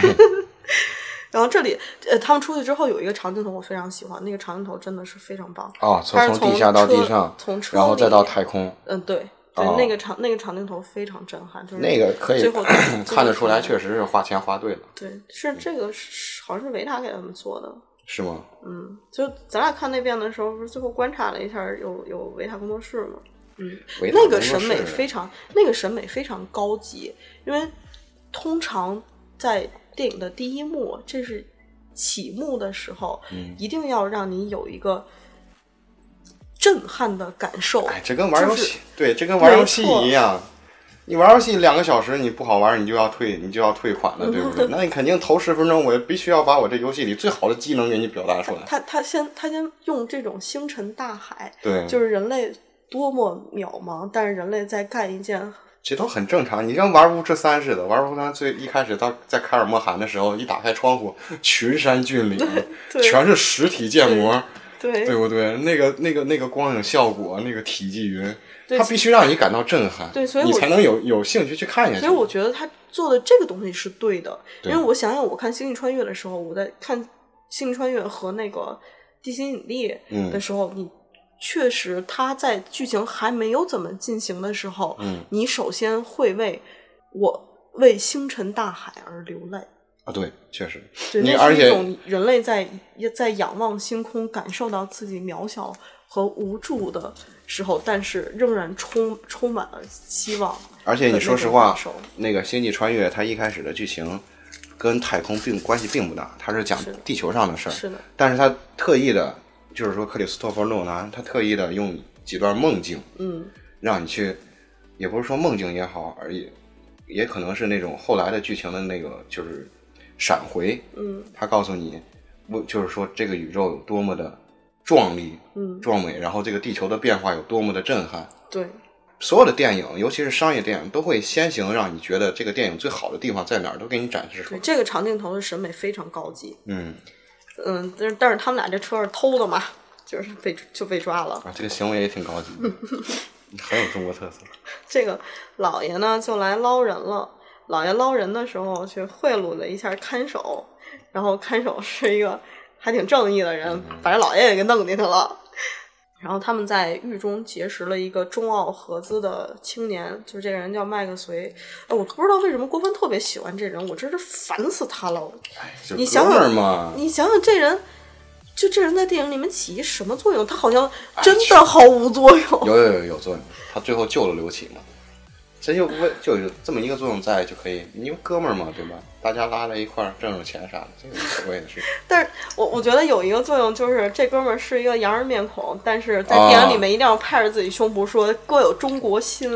然后这里，呃，他们出去之后有一个长镜头，我非常喜欢，那个长镜头真的是非常棒。 啊，从他是从地从下到地车上，从车然后再里到太空，嗯，对，对，哦那个长那个长镜头非常震撼，就是那个可以嗯最 后看得出来，确实实是花钱花对了，对，嗯是这个是好像是维塔给他们做的，是吗？嗯，就咱俩看那遍的时候，不是最后观察了一下有有维塔工作室吗？嗯，维塔那个工作审美室非常，那个审美非常高级，因为通常在电影的第一幕，这是起幕的时候，嗯一定要让你有一个震撼的感受。哎，这跟玩游就是戏，对，这跟玩游没戏错一样。你玩游戏两个小时，你不好玩，你就要退，你就要退款了，对不 对？那你肯定头十分钟，我必须要把我这游戏里最好的技能给你表达出来。他他先他先用这种星辰大海，对，就是人类多么渺茫，但是人类在干一件这都很正常。你像玩巫师三似的，玩巫师三最一开始到在凯尔莫寒的时候，一打开窗户，群山峻岭，对全是实体建模，对对不对？那个那个那个光影效果，那个体积云，对它必须让你感到震撼，对所以你我才能有有兴趣去看下去。所以我觉得他做的这个东西是对的，对因为我想想，我看《星际穿越》的时候，我在看《星际穿越》和那个《地心引力》嗯的时候，你确实他在剧情还没有怎么进行的时候，嗯你首先会为我为星辰大海而流泪，啊，对，确实，对，你那而是一且种人类在在仰望星空，感受到自己渺小和无助的时候，但是仍然充充满了希望。而且你说实话那种感受，那个《星际穿越》它一开始的剧情跟太空并关系并不大，它是讲是的地球上的事儿。是的，但是他特意的，就是说克里斯托弗诺兰，他特意的用几段梦境，嗯，让你去，也不是说梦境也好，而也也可能是那种后来的剧情的那个就是闪回，嗯，他告诉你，我就是说这个宇宙有多么的壮丽，嗯壮美，然后这个地球的变化有多么的震撼。对。所有的电影，尤其是商业电影，都会先行让你觉得这个电影最好的地方在哪儿，都给你展示出对，来。这个长镜头的审美非常高级。嗯，嗯，但是但是他们俩这车是偷的嘛，就是被就被抓了。啊，这个行为也挺高级的， 很有中国特色。这个老爷呢就来捞人了。老爷捞人的时候去贿赂了一下看守，然后看守是一个还挺正义的人，把这老爷也给弄进去了。然后他们在狱中结识了一个中澳合资的青年，就是这个人叫麦克隋。哎，我不知道为什么郭帆特别喜欢这人，我真是烦死他了。哎就你哥想们儿想嘛，你想想这人，就这人在电影里面起什么作用？他好像真的毫无作用。有有有有作用，他最后救了刘启嘛，这就为就有这么一个作用在就可以，你们哥们儿嘛，对吧？大家拉在一块儿挣挣钱啥的，这个无所谓的事。但是我我觉得有一个作用就是这哥们儿是一个洋人面孔，但是在哦电影里面一定要拍着自己胸脯说“哥有中国心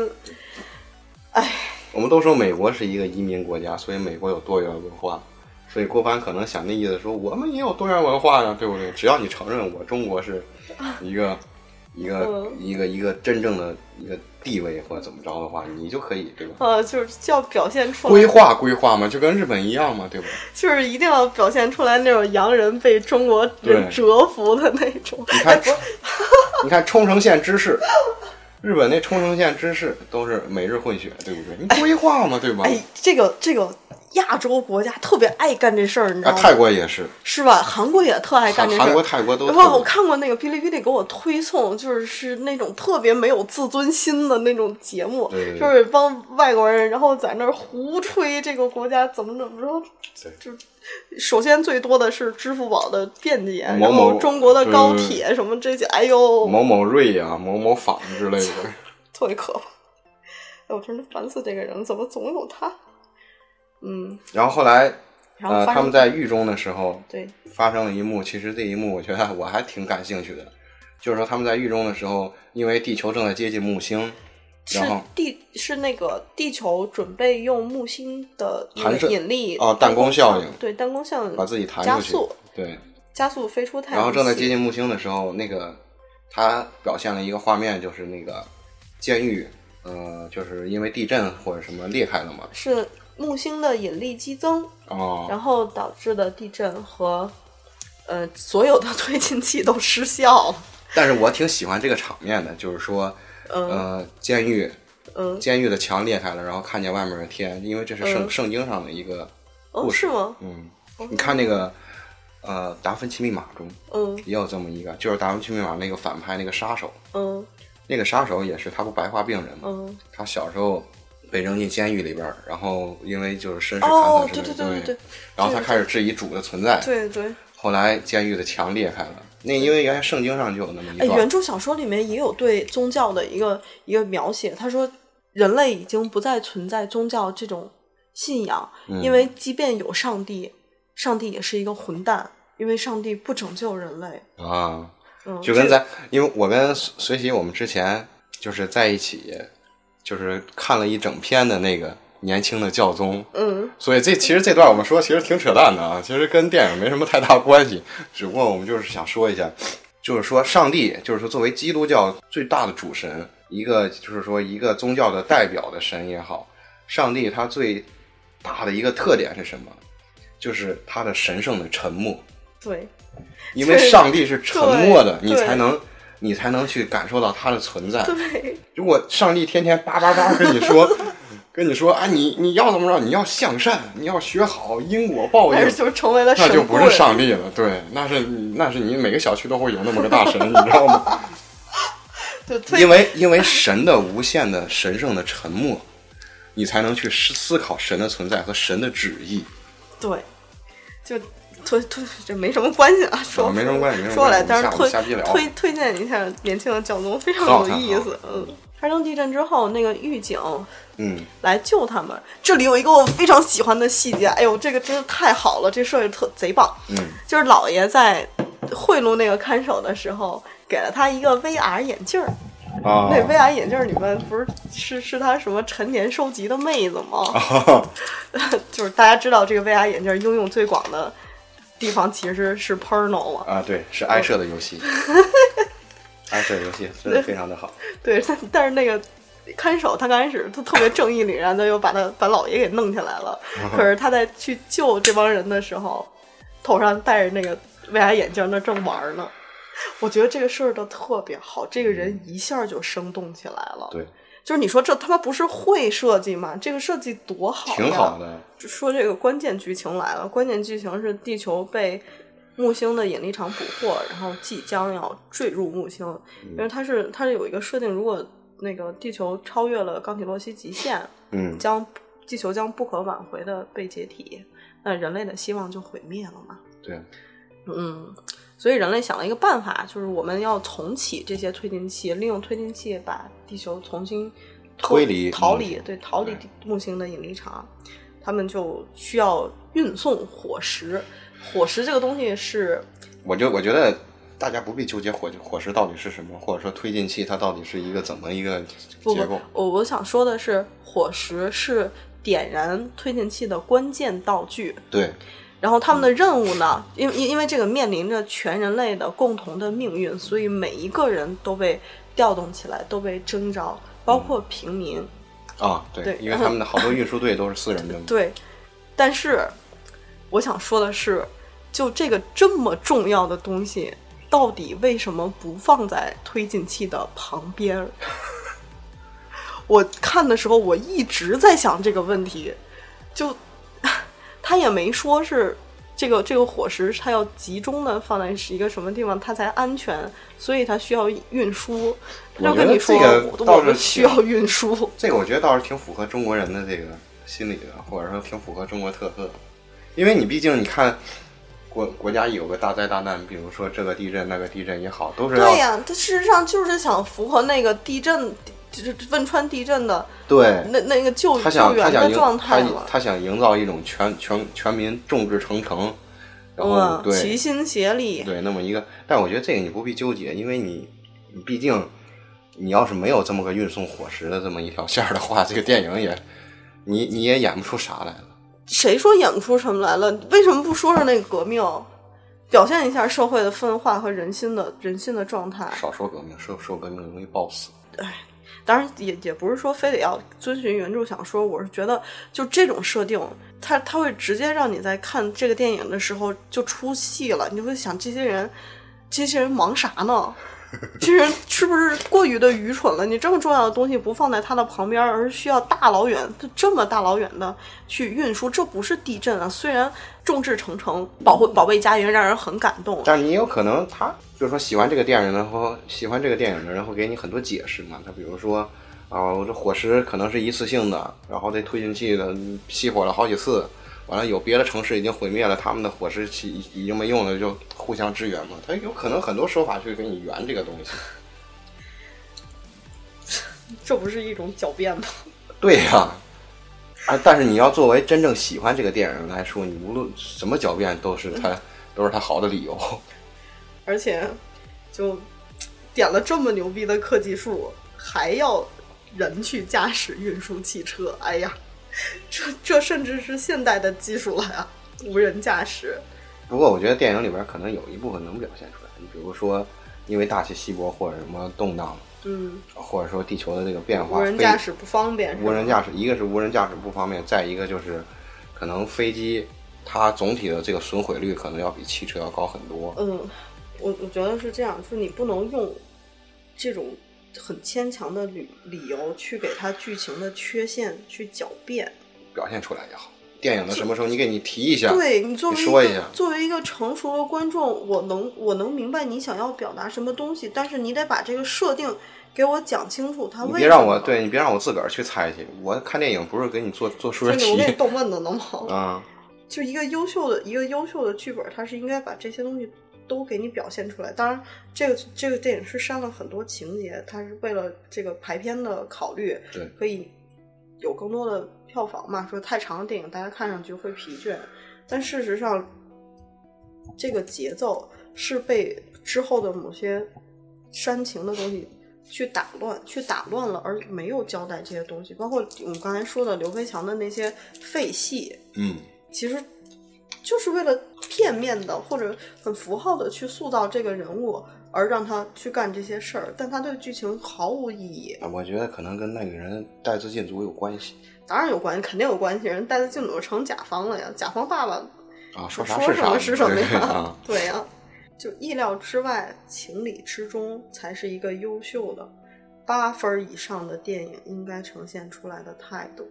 我们都说美国是一个移民国家，所以美国有多元文化，所以郭帆可能想那意思说，我们也有多元文化呀，对不对？只要你承认我中国是一 个一个嗯一个一个真正的一个地位或者怎么着的话，你就可以对”，吧？呃，就是就要表现出规来，划规划嘛，就跟日本一样嘛，对吧？就是一定要表现出来那种洋人被中国对人折服的那种。你看，你看冲绳县知事，日本那冲绳县知事都是美日混血，对不对？你规划嘛，对吧？哎，这个这个亚洲国家特别爱干这事儿，你知啊，道吗？泰国也是，是吧？韩国也特爱干韩这事儿。韩国、泰国都不，我看过那个哔哩哔哩给我推送，就是是那种特别没有自尊心的那种节目，对对对就是帮外国人，然后在那儿胡吹这个国家怎么怎么着。对就首先最多的是支付宝的便捷，某然后某中国的对高对对铁什么这些，哎呦，某某瑞啊、某某坊之类的。 特别可怕。哎，我真的烦死这个人了，怎么总有他？嗯，然后后来，然后呃，发生他们在狱中的时候对，发生了一幕，其实这一幕我觉得我还挺感兴趣的，就是说他们在狱中的时候，因为地球正在接近木星，是然后地是那个地球准备用木星的那弹个射引力哦弹弓效应对弹弓效应把自己弹加出去速，对，加速飞出太阳系，然后正在接近木星的时候，那个他表现了一个画面，就是那个监狱，呃，就是因为地震或者什么裂开了嘛。是木星的引力激增，哦，然后导致的地震和呃，所有的推进器都失效了。但是我挺喜欢这个场面的，就是说，嗯呃，监狱嗯，监狱的墙裂开了，然后看见外面的天，因为这是圣、嗯圣经上的一个哦，故事是吗？嗯，你看那个呃《达芬奇密码》中嗯也有这么一个，就是《达芬奇密码》那个反派那个杀手，嗯那个杀手也是他不白化病人吗？嗯。他小时候被扔进监狱里边儿，然后因为就是身世哦坎坷对之对类的，对对对然后他开始质疑主的存在，对对，后来监狱的墙裂开了。那因为原来圣经上就有那么一哎，段，原著小说里面也有对宗教的一个一个描写，他说人类已经不再存在宗教这种信仰，嗯因为即便有上帝，上帝也是一个混蛋，因为上帝不拯救人类。啊，嗯，这就跟个咱，因为我跟随随喜我们之前就是在一起，就是看了一整篇的那个年轻的教宗，嗯所以这其实这段我们说其实挺扯淡的啊，其实跟电影没什么太大关系，只不过我们就是想说一下，就是说上帝，就是说作为基督教最大的主神，一个就是说一个宗教的代表的神也好，上帝他最大的一个特点是什么？就是他的神圣的沉默， 对因为上帝是沉默的，对你对才能你才能去感受到他的存在。对如果上帝天天叭叭叭跟你 说，跟你说啊，你你要怎么着？你要向善，你要学好因果报但应是，就是成为了那神就不是棍上帝了。对，那是那是你每个小区都会有那么个大神，你知 道吗？就推因为因为神的无限的神圣的沉默，你才能去思思考神的存在和神的旨意。对，就推推这没什么关系啊，说、啊没什么关系没什么说来，关系但是下推下期聊推推荐一下年轻的教宗，非常好有意思。嗯，发生地震之后，那个狱警嗯，来救他们，这里有一个我非常喜欢的细节，哎呦，这个真是太好了，这设计特贼棒。嗯，就是老爷在贿赂那个看守的时候，给了他一个 VR 眼镜儿。啊，那 VR 眼镜儿里面不是是是他什么陈年收集的妹子吗？ 就是大家知道这个 VR 眼镜应用最广的地方其实是 porno 嘛，啊，对，是爱社的游戏，爱社游戏真的非常的好。对， 但但是那个看守他刚开始他特别正义凛然的又把他 把老爷给弄起来了，可是他在去救这帮人的时候，头上戴着那个 VR 眼镜，那正玩呢。我觉得这个事儿的特别好，这个人一下就生动起来了。，对，就是你说这他妈不是会设计吗？这个设计多好呀，挺好的。就说这个关键剧情来了，关键剧情是地球被木星的引力场捕获，然后即将要坠入木星，因嗯为它是它是有一个设定，如果那个地球超越了钢铁洛希极限，嗯，将地球将不可挽回的被解体，那人类的希望就毁灭了嘛。对，啊嗯，所以人类想了一个办法，就是我们要重启这些推进器，利用推进器把地球重新脱推离逃木离星对逃离对木星的引力场。他们就需要运送火石，火石这个东西是我就我觉得大家不必纠结火火石到底是什么，或者说推进器它到底是一个怎么一个不结不构。，我我想说的是，火石是点燃推进器的关键道具。对，然后他们的任务呢，因因因为这个面临着全人类的共同的命运，所以每一个人都被调动起来，都被征召，包括平民。啊，对对，因为他们的好多运输队都是私人 的嘛。对，但是我想说的是，就这个这么重要的东西，到底为什么不放在推进器的旁边儿？ 我看的时候，我一直在想这个问题，就他也没说是这个这个火石，它要集中的放在是一个什么地方，它才安全，所以它需要运输。他就我觉跟得你说，这个我倒我们是需挺要运输。这个我觉得倒是挺符合中国人的这个心理的，或者说挺符合中国特色的，因为你毕竟你看。国国家有个大灾大难，比如说这个地震、那个地震也好，都是要对呀、他事实上就是想符合那个地震，就是汶川地震的对那那个救他救想他援想哦的营状态他嘛。他想营造一种全全全民众志成城，然后、嗯，齐对心协力。对那么一个，但我觉得这个你不必纠结，因为你你毕竟你要是没有这么个运送伙食的这么一条线儿的话，这个电影也你你也演不出啥来了。谁说演不出什么来了？为什么不说说那个革命，表现一下社会的分化和人心的人心的状态？少说革命，说说革命容易暴死。当然也也不是说非得要遵循原著小说，我是觉得就这种设定，它它会直接让你在看这个电影的时候就出戏了，你会想这些人，这些人忙啥呢？这些人是不是过于的愚蠢了？你这么重要的东西不放在他的旁边，而是需要大老远就这么大老远的去运输，这不是地震啊！虽然众志成城保护保卫家园，让人很感动，但是你有可能他就是说喜欢这个电影的人后，喜欢这个电影的人会给你很多解释嘛。他比如说，啊、我这火石可能是一次性的，然后这推进器的熄火了好几次，完了有别的城市已经毁灭了，他们的火石器已已经没用了，就互相支援嘛。他有可能很多说法去给你圆这个东西。这不是一种狡辩吗？对呀、啊，但是你要作为真正喜欢这个电影来说，你无论什么狡辩都是他都是他好的理由。而且就点了这么牛逼的科技树，还要人去驾驶运输汽车，哎呀，这这甚至是现代的技术了呀，无人驾驶。不过我觉得电影里边可能有一部分能表现出来，你比如说因为大气稀薄或者什么动荡，嗯，或者说地球的这个变化，无人飞驾驶不方便是吧，无人驾驶，一个是无人驾驶不方便，再一个就是可能飞机它总体的这个损毁率可能要比汽车要高很多。嗯，我我觉得是这样，就是你不能用这种很牵强的理理由去给它剧情的缺陷去狡辩。表现出来也好。电影的什么时候你给你提一下？对你作为你说一一个下作为一个成熟的观众，我能我能明白你想要表达什么东西，但是你得把这个设定给我讲清楚，它你为别什让么我对你别让我自个儿去猜去。我看电影不是给你做做数就学是我给你题逗闷子呢吗？啊、就一个优秀的一个优秀的剧本，它是应该把这些东西都给你表现出来。当然，这个这个电影是删了很多情节，它是为了这个排片的考虑，对可以有更多的票房嘛。说太长的电影大家看上去会疲倦，但事实上，这个节奏是被之后的某些煽情的东西去打乱，去打乱了，而没有交代这些东西。包括我们刚才说的刘飞强的那些废戏，嗯，其实就是为了片面的或者很符号的去塑造这个人物，而让他去干这些事儿，但他对剧情毫无意义。啊我觉得可能跟那个人带资进组有关系当然有关系，肯定有关系。人带着进组成甲方了呀，甲方爸爸啊，说啥是什啥，么是什么对呀啊？？ 对呀、就意料之外，情理之中才是一个优秀的八分儿以上的电影应该呈现出来的态度。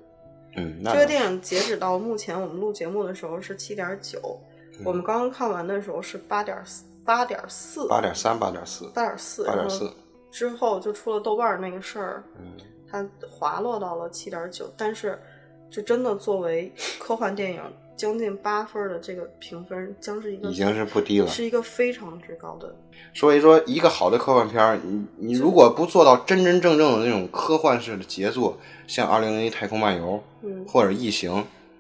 嗯，那这个电影截止到目前我们录节目的时候是七点九，嗯我们刚刚看完的时候是八点八点四，八点三、八点四、八点四，嗯八点四，。之后就出了豆瓣儿那个事儿，嗯，它滑落到了七点九，但是就真的作为科幻电影将近八分儿的这个评分，将是一个已经是不低了。是一个非常之高的。所以说，一个好的科幻片儿，你你如果不做到真真正正的那种科幻式的杰作，像《二零零一太空漫游嗯》，或者《异形》，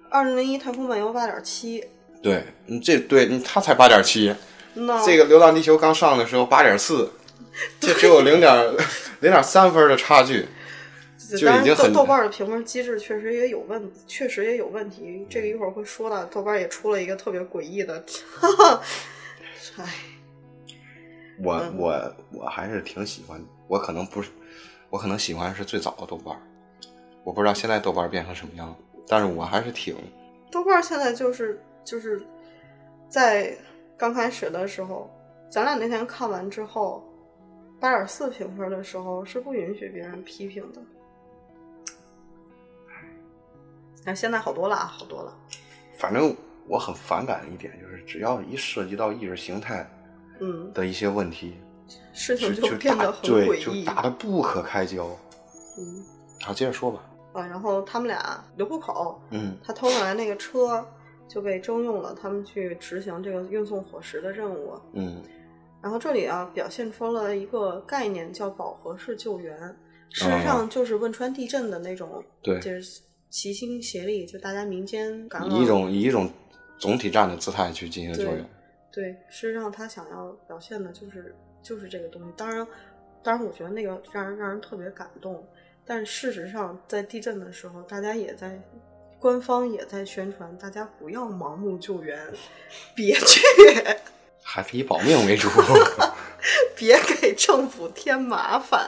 二零零一太空漫游八点七，对你这对你他才八点七，那这个《流浪地球》刚上的时候八点四，这只有零点零点三分的差距。就当已然经很豆豆瓣儿的评分机制确实也有问，确实也有问题。这个一会儿会说到，豆瓣儿也出了一个特别诡异的，哈哈，唉，我嗯我我还是挺喜欢，我可能不是，我可能喜欢是最早的豆瓣儿，我不知道现在豆瓣儿变成什么样了，但是我还是挺豆瓣儿现在就是就是在刚开始的时候，咱俩那天看完之后，八点四评分的时候是不允许别人批评的。哎，现在好多了，啊，好多了。反正我很反感的一点就是，只要一涉及到意识形态嗯，的一些问题，事就情就变打得很诡对，就异。打得不可开交。嗯好，接着说吧。啊，然后他们俩留户口，嗯他偷过来那个车就被征用了，他们去执行这个运送火石的任务。嗯，然后这里啊，表现出了一个概念叫饱和式救援，事哦实上就是汶川地震的那种，对，就是齐心协力，就大家民间感以一染。种以一种总体战的姿态去进行救援。对，事实上他想要表现的就是就是这个东西。当然，当然，我觉得那个让人让人特别感动。但事实上，在地震的时候，大家也在，官方也在宣传，大家不要盲目救援，别去。还是以保命为主。 别给政府添麻烦。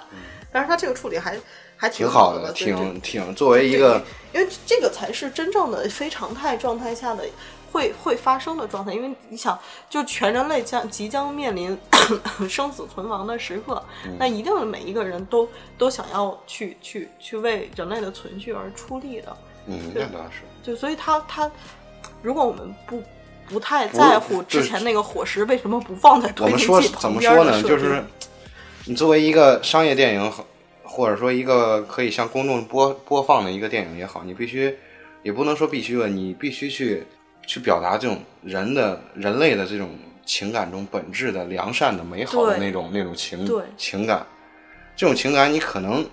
但是他这个处理还还嗯挺好好的，对对挺挺作为一个因为这个才是真正的非常态状态下的会会发生的状态。因为你想，就全人类将即将面临 生死存亡的时刻，嗯那一定每一个人都都想要去去去为人类的存续而出力的。嗯，对那倒是就所以他他，如果我们不不太在乎不之前那个伙食为什么不放在我推们进说剂怎旁么边说的呢？设就定是你作为一个商业电影，或者说一个可以向公众播播放的一个电影也好，你必须也不能说必须吧，你必须去去表达这种人的人类的这种情感中本质的良善的美好的对那种那种情对情感，这种情感你可能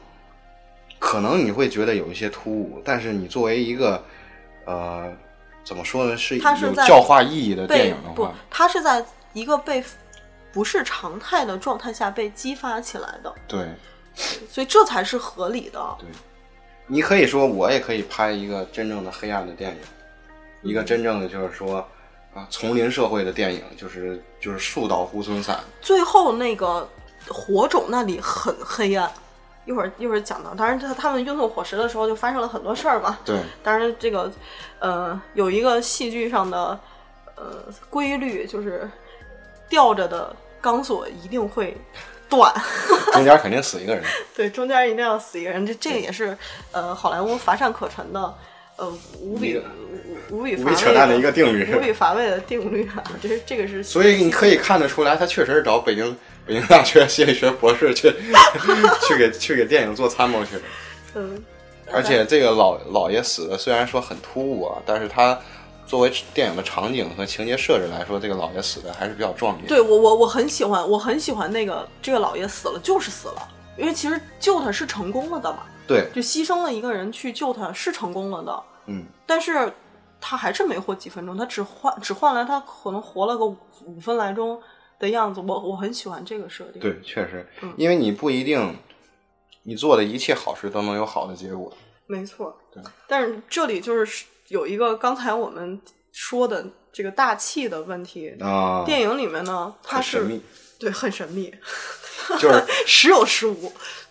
可能你会觉得有一些突兀，但是你作为一个呃怎么说呢，是它是有在教化意义的电被影的不话，，它是在一个被不是常态的状态下被激发起来的，对。所以这才是合理的。对，你可以说我也可以拍一个真正的黑暗的电影，一个真正的就是说啊丛林社会的电影，就是就是树倒猢狲散。最后那个火种那里很黑暗，一会儿一会儿讲到。当然，他他们运送火石的时候就发生了很多事儿嘛。对，当然，这个呃有一个戏剧上的呃规律，就是吊着的钢索一定会断。中间肯定死一个人。对，中间一定要死一个人，这这个也是呃好莱坞乏善可陈的，呃无一比个无无比无比乏味扯淡的一个定律无比乏味的定律啊，这是这个是所以你可以看得出来，他确实是找北京北京大学心理学博士去 去给去给电影做参谋去了。嗯而且这个老老爷死的虽然说很突兀啊，但是他作为电影的场景和情节设置来说，这个老爷死的还是比较壮烈。对我我我很喜欢，我很喜欢那个这个老爷死了就是死了，因为其实救他是成功了的嘛，对，就牺牲了一个人去救他是成功了的，嗯，但是他还是没活几分钟，他只换只换来他可能活了个五五分来钟的样子，我我很喜欢这个设定，对，确实嗯，因为你不一定你做的一切好事都能有好的结果。没错对，但是这里就是有一个刚才我们说的这个大气的问题。啊，电影里面呢，它很是 神秘，对很神秘， 就是时有时无。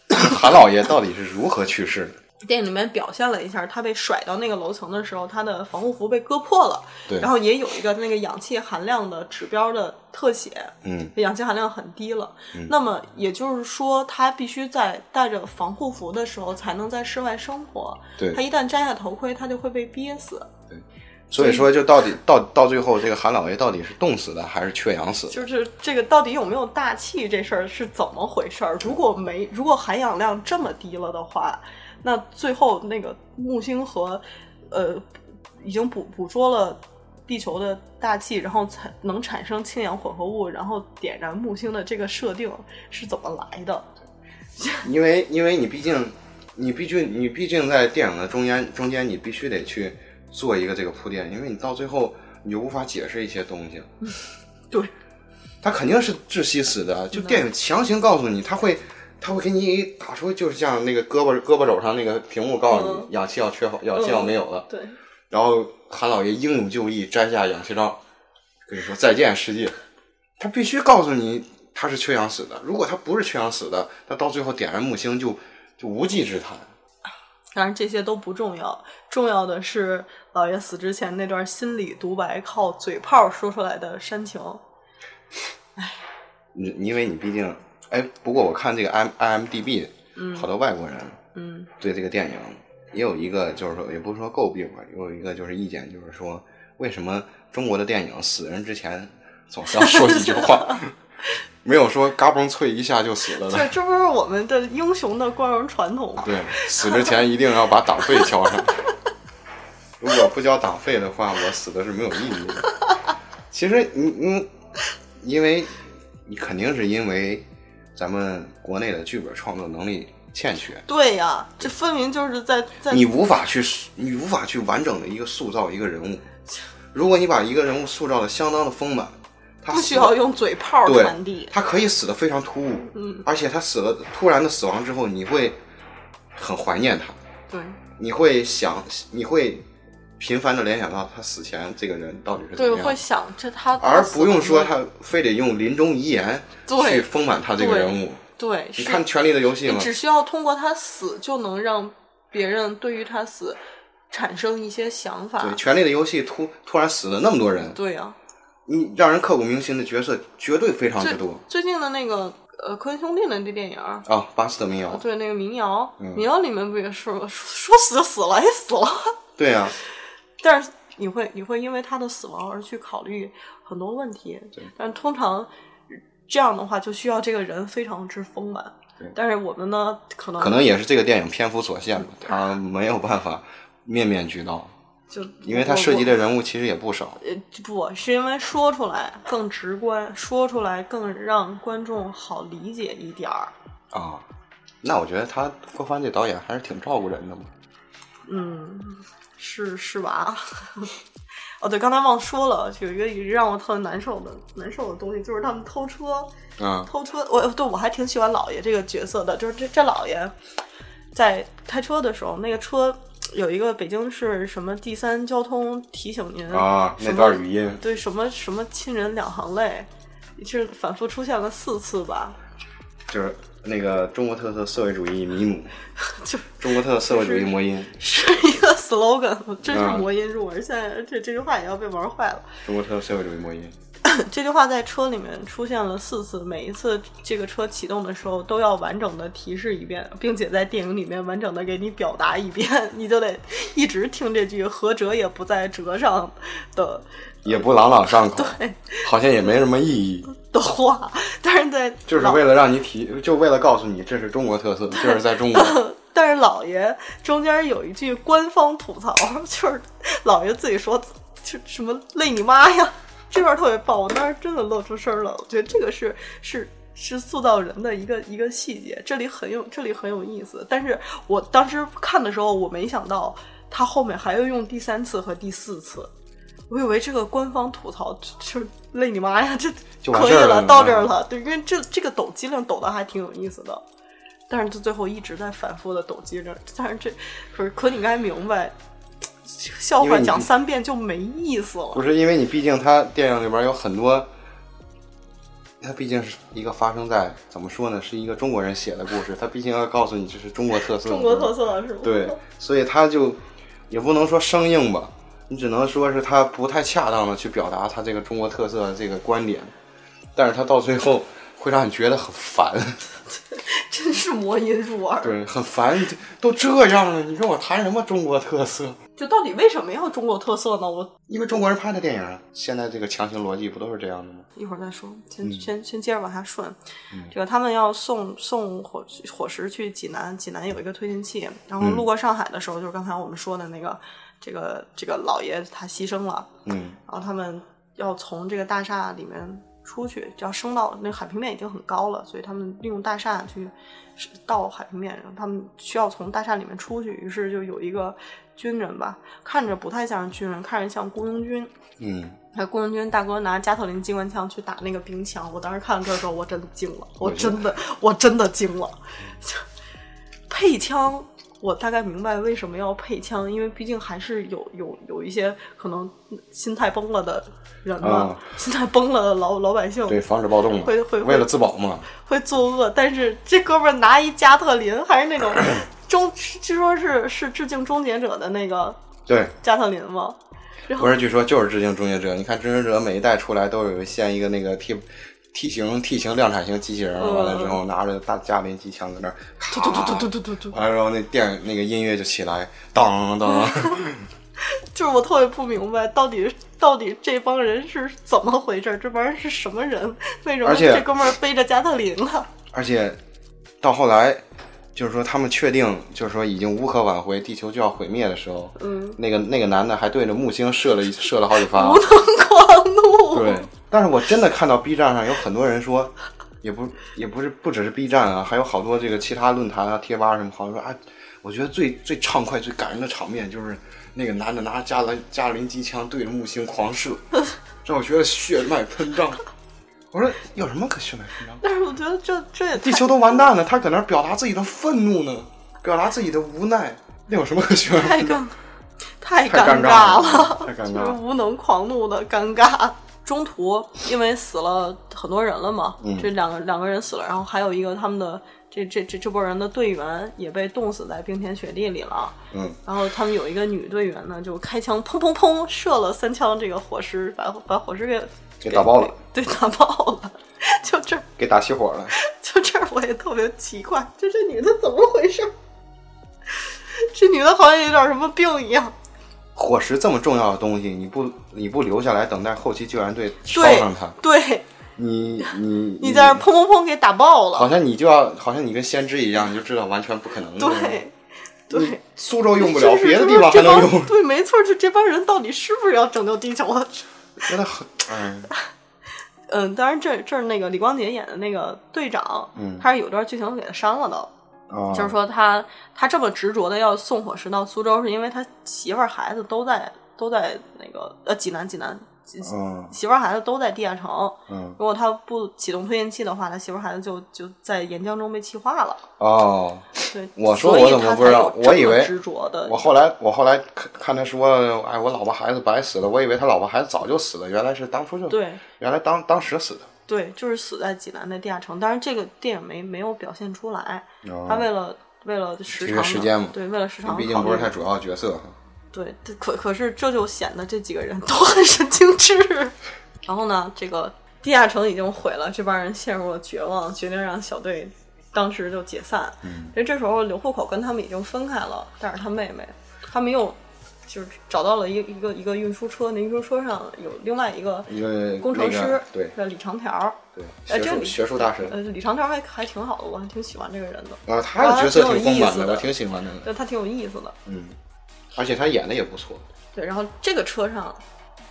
韩老爷到底是如何去世的？电影里面表现了一下，他被甩到那个楼层的时候，他的防护服被割破了，对，然后也有一个那个氧气含量的指标的特写，嗯，氧气含量很低了。嗯那么也就是说，他必须在戴着防护服的时候才能在室外生活。对他，一旦摘下头盔，他就会被憋死。所以说就到底到到最后，这个韩老爷到底是冻死的还是缺氧死的？就是这个到底有没有大气这事儿是怎么回事儿？如果没，如果含氧量这么低了的话，那最后那个木星和呃已经捕捕捉了地球的大气，然后才能产生氢氧混合物，然后点燃木星的这个设定是怎么来的？ 因为因为你毕竟你毕竟你毕竟在电影的中间中间，你必须得去做一个这个铺垫，因为你到最后你就无法解释一些东西了。嗯对，他肯定是窒息死的。就嗯电影强行告诉你，他会他会给你打出，就是像那个胳膊胳膊肘上那个屏幕告诉嗯你氧气要缺乏，氧气要没有了。对，然后韩老爷英勇就义，摘下氧气罩，跟你说再见世界。他必须告诉你他是缺氧死的，如果他不是缺氧死的，那到最后点燃木星就就无稽之谈。当然这些都不重要，重要的是老爷死之前那段心理独白靠嘴炮说出来的煽情。你因为你毕竟，哎，不过我看这个 I I M D B，好多外国人嗯对这个电影也有一个就是说，也不是说诟病吧，也有一个就是意见，就是说为什么中国的电影死人之前总是要说几句话， 没有说嘎嘣脆一下就死了这的。这不是我们的英雄的光荣传统吗？对，死之前一定要把党费交上。如果不交党费的话，我死的是没有意义的。其实，你你，因为你肯定是因为咱们国内的剧本创作能力欠缺，对呀，这分明就是在在你无法去你无法去完整的一个塑造一个人物。如果你把一个人物塑造的相当的丰满，他不死需要用嘴炮对传递。他可以死的非常突兀，嗯，而且他死了突然的死亡之后，你会很怀念他。对，你会想，你会频繁的联想到他死前这个人到底是怎对，么会样，想这他，而他死不用了说吗他非得用临终遗言对去丰满他这个对人物。对，你是看《权力的游戏》你吗？只需要通过他死就能让别人对于他死产生一些想法对，《权力的游戏》突突然死了那么多人，对呀、你让人刻骨铭心的角色绝对非常之最多最近的那个呃科恩兄弟的那电影儿，啊！巴斯德民谣，对那个民谣，嗯民谣里面不也是吗？说说死就死了，也死了，对啊呀、但是你会你会因为他的死亡而去考虑很多问题对，但通常这样的话就需要这个人非常之丰满对。但是我们呢，可能可能也是这个电影篇幅所限吧，他没有办法面面俱到，就因为他我涉及我的人物其实也不少。呃，不是因为说出来更直观，说出来更让观众好理解一点儿。啊，那我觉得他郭帆这导演还是挺照顾人的嘛。嗯，是是吧？ 哦，对，刚才忘说了，有一个让我特难受的难受的东西，就是他们偷车，啊，偷车。我对我还挺喜欢老爷这个角色的，就是这这老爷在开车的时候，那个车有一个北京市什么第三交通提醒您啊那什么段语音对什么什么亲人两行泪，是反复出现了四次吧？就是那个中国特色社会主义米姆， 就中国特色社会主义魔音，是一个 slogan，真是嗯魔音入耳。现在这这句话也要被玩坏了。中国特色社会主义魔音。这句话在车里面出现了四次，每一次这个车启动的时候都要完整的提示一遍，并且在电影里面完整的给你表达一遍， 你就得一直听这句“何辙也不在辙上”的也不朗朗上口，好像也没什么意义，的话。 但是在就是老为了让你体，就为了告诉你这是中国特色，这是在中 国。但是老爷中间有一句官方吐槽， 就是老爷自己说，就什么累你妈呀，这段特别棒，我当时真的乐出声了。我觉得这个是是是塑造人的一个一个细节，这里很有这里很有意思。但是我当时看的时候，我没想到他后面还要用第三次和第四次。我以为这个官方吐槽就就是累你妈呀，这就完可以事儿了嗯到这儿了。对，因为这这个抖机灵抖的还挺有意思的。但是他最后一直在反复的抖机灵。但是这可是可你该明白，笑因为话你讲三遍就没意思了不。是因为你，毕竟它电影里边有很多，它毕竟是一个发生在怎么说呢，是一个中国人写的故事，它毕竟要告诉你这是中国特色，中国特色是吗？对，所以它就也不能说生硬吧，你只能说是它不太恰当的去表达它这个中国特色的这个观点，但是它到最后会让你觉得很烦， 真是魔音入耳。对，很烦，都这样了，你跟我谈什么中国特色？就到底为什么要中国特色呢？我因为中国人拍的电影啊，现在这个强行逻辑不都是这样的吗？一会儿再说，先、嗯先先接着往下顺。这个他们要送送伙伙食去济南，济南有一个推进器，然后嗯路过上海的时候，就是刚才我们说的那个，这个这个老爷他牺牲了。嗯然后他们要从这个大厦里面出去，只要升到那个海平面已经很高了，所以他们利用大厦去是到海平面，然后他们需要从大厦里面出去，于是就有一个军人吧，看着不太像是军人，看着像雇佣军。嗯。那雇佣军大哥拿加特林机关枪去打那个冰墙，我当时看到这儿之后，我真的惊了，我真的我真的惊了。配枪，我大概明白为什么要配枪，因为毕竟还是有有有一些可能心态崩了的人嘛，啊心态崩了的老老百姓对，防止暴动嘛，会会为了自保嘛，会作恶，但是这哥们儿拿一加特林，还是那 种终，据说是是致敬终结者的那个对。加特林 吗？然后不是，据说就是致敬终结者。你看，终结者每一代出来都有先一个那个 T T 型 T 型量产型机器人，嗯完了之后拿着大加林机枪在那儿，突突突突突突突。完了之后那电那个音乐就起来，当当。 就是我特别不明白，到底到底这帮人是怎么回事儿？这帮人是什么人？为什么而且这哥们儿背着加特林啊了？而且到后来，就是说他们确定，就是说已经无可挽回，地球就要毁灭的时候，嗯，那个那个男的还对着木星射了一射了好几发， 狂怒。对， 但是我真的看到 B 站上有很多人说，也不也不是不只是 B 站啊，还有好多这个其他论坛啊、贴吧什么，好像说啊，我觉得最最畅快、最感人的场面就是那个男的拿加兰加林机枪对着木星狂射， 让我觉得血脉喷张。我说有什么可血脉喷张？但是我觉得这这也太地球都完蛋了，他搁那儿表达自己的愤怒呢，表达自己的无奈，那有什么可血脉太喷张？更太太尴尴尬嗯了，太尴就尬是了。无能狂怒的尴尬。中途因为死了很多人了嘛，嗯这两个两个人死了，然后还有一个他们的这这这这波人的队员也被冻死在冰天雪地里了。嗯，然后他们有一个女队员呢，就开枪砰砰砰射了三枪，这个火石把把火石给 给打爆了，对，打爆了。就这儿给打熄火了。就这儿我也特别奇怪，就这女的怎么回事儿？ 这女的好像有点什么病一样。火石这么重要的东西，你不你不留下来等待后期救援队捎对上它，对，你你 你在这儿砰砰砰给打爆好了。像你就要好像你跟先知一样，你就知道完全不可能。对，对，苏州嗯用不就了，是别的就地是方还这能帮用。对，没错，就这帮人到底是不是要拯救地球了？真的很，哎， 嗯，当然这这儿那个李光洁演的那个队长，嗯他是有段剧情给他删了的。啊，就是说他他这么执着的要送火石到苏州，是因为他媳妇儿孩子都在都在那个呃济南济南，济嗯媳妇儿孩子都在地下城。嗯如果他不启动推进器的话，他媳妇儿孩子就就在岩浆中被气化了。哦，对，我说所以我怎么他不知道才有这我以为么执着的我后来我后来看看他说，哎，我老婆孩子白死了，我以为他老婆孩子早就死了，原来是当初就，对原来当当时死的。对，就是死在济南的地下城。当然，这个电影没没有表现出来，他为哦，了为了时节约长时的间嘛对，为了时长考虑，毕竟不是他主要角色。对，这可可是这就显得这几个人都很神经质。然后呢，这个地下城已经毁了，这帮人陷入了绝望，决定让小队当时就解散。嗯，因为这时候刘户口跟他们已经分开了，但是他妹妹，他们又就是找到了一一个一个运输车，那运输车上有另外一个一个工程那师，个对叫李长条。对，哎学这术里学术大神呃，李长条还还挺好的，我还挺喜欢这个人的，啊，他的角色挺呃挺有丰满意思我的挺喜欢的。就他挺有意思的。嗯，而且他演的也不错。对，然后这个车上，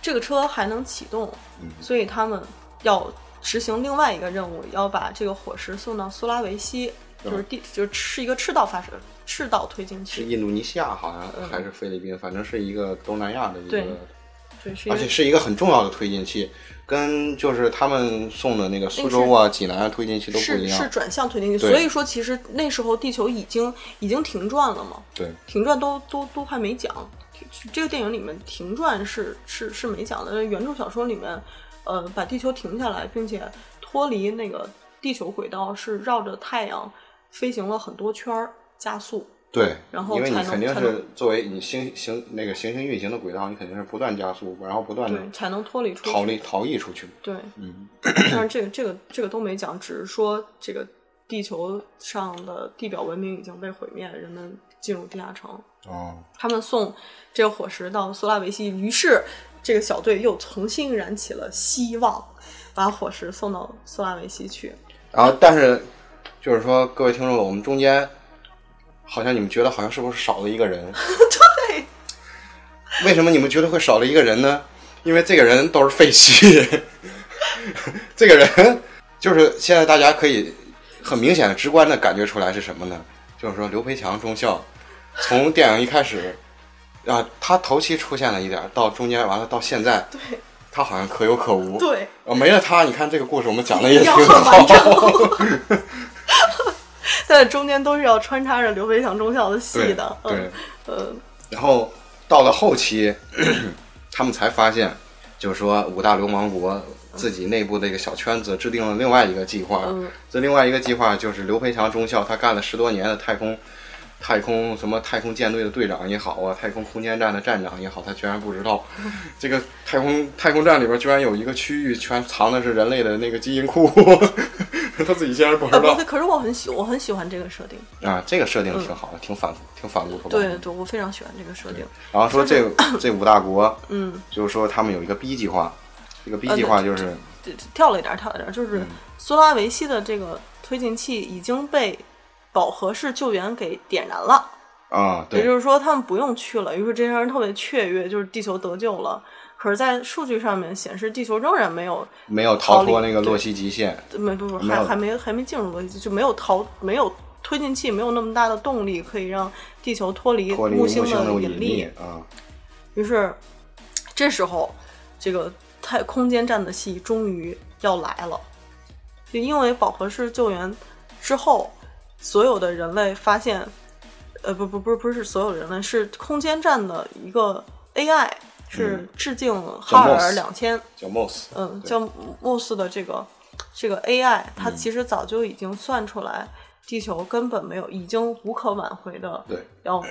这个车还能启动，嗯所以他们要执行另外一个任务，要把这个火石送到苏拉维西，嗯就是地就是赤一个赤道发射赤道推进是器，印度尼西亚好像嗯还是菲律宾，反正是一个东南亚的一个对，对，是一而个且是一个很重要的推进器，跟就是他们送的那个苏州啊、济南啊推进器都不一是是样。转向推进器，对所以说其实那时候地球已经已经停转了嘛，对，停转都都都还没讲，这个电影里面停转是是是没讲的，原著小说里面，呃，把地球停下来，并且脱离那个地球轨道，是绕着太阳飞行了很多圈儿加速，对，然后因为你才能肯定才是作为你星行那个行星运行的轨道，你肯定是不断加速，然后不断的对，才能脱离出去逃离逃逸出去。对，嗯， 但是这个这个这个都没讲，只是说这个地球上的地表文明已经被毁灭，人们进入地下城。哦，他们送这个火石到苏拉维西，于是这个小队又重新燃起了希望，把火石送到苏拉维西去。然后但是就是说，各位听众，我们中间好像你们觉得好像是不是少了一个人？ 对，为什么你们觉得会少了一个人呢？因为这个人都是废墟， 这个人就是现在大家可以很明显的、直观的感觉出来是什么呢？就是说刘培强中校从电影一开始啊，他头期出现了一点儿，到中间完了到现在，对他好像可有可无。对，啊，没了他，你看这个故事我们讲的也挺要完好。 在中间都是要穿插着刘培强中校的戏对的。对啊嗯，呃，然后到了后期， 他们才发现，就是说五大流氓国自己内部的一个小圈子制定了另外一个计划。嗯这另外一个计划就是刘培强中校，他干了十多年的太空。太空什么太空舰队的队长也好啊，太空空间站的站长也好，他居然不 知道，这个太空太空站里边居然有一个区域全藏的是人类的那个基因库， 他自己竟然不啊知不道是，可是我很喜我很喜欢这个设定，啊！这个设定挺好的，挺反挺反骨头的。嗯对对，我非常喜欢这个设定。然后说这这五大国，嗯，就是说他们有一个 B 计划，这个 B 呃计划就是这这跳了一点儿，跳了一点儿，就是嗯苏拉维西的这个推进器已经被饱和式救援给点燃了。啊，也就对，是说他们不用去了，于是这些人特别雀跃，就是地球得救了。可是，在数据上面显示，地球仍然没有，没有逃脱逃离那个洛希极限，没不不，没有还还没还没进入逻辑，就没有逃，没有推进器，没有那么大的动力可以让地球脱离脱离木星星的引力啊，于是，这时候，这个太空间站的戏终于要来了，就因为饱和式救援之后，所有的人类发现，呃，不不不是不是所有人类，是空间站的一个 AI，是致敬哈尔 Moss 两千，叫 Moss，嗯，对叫莫斯的这个这个 AI，它其实早就已经算出来，地球根本没有，已经无可挽回的对，要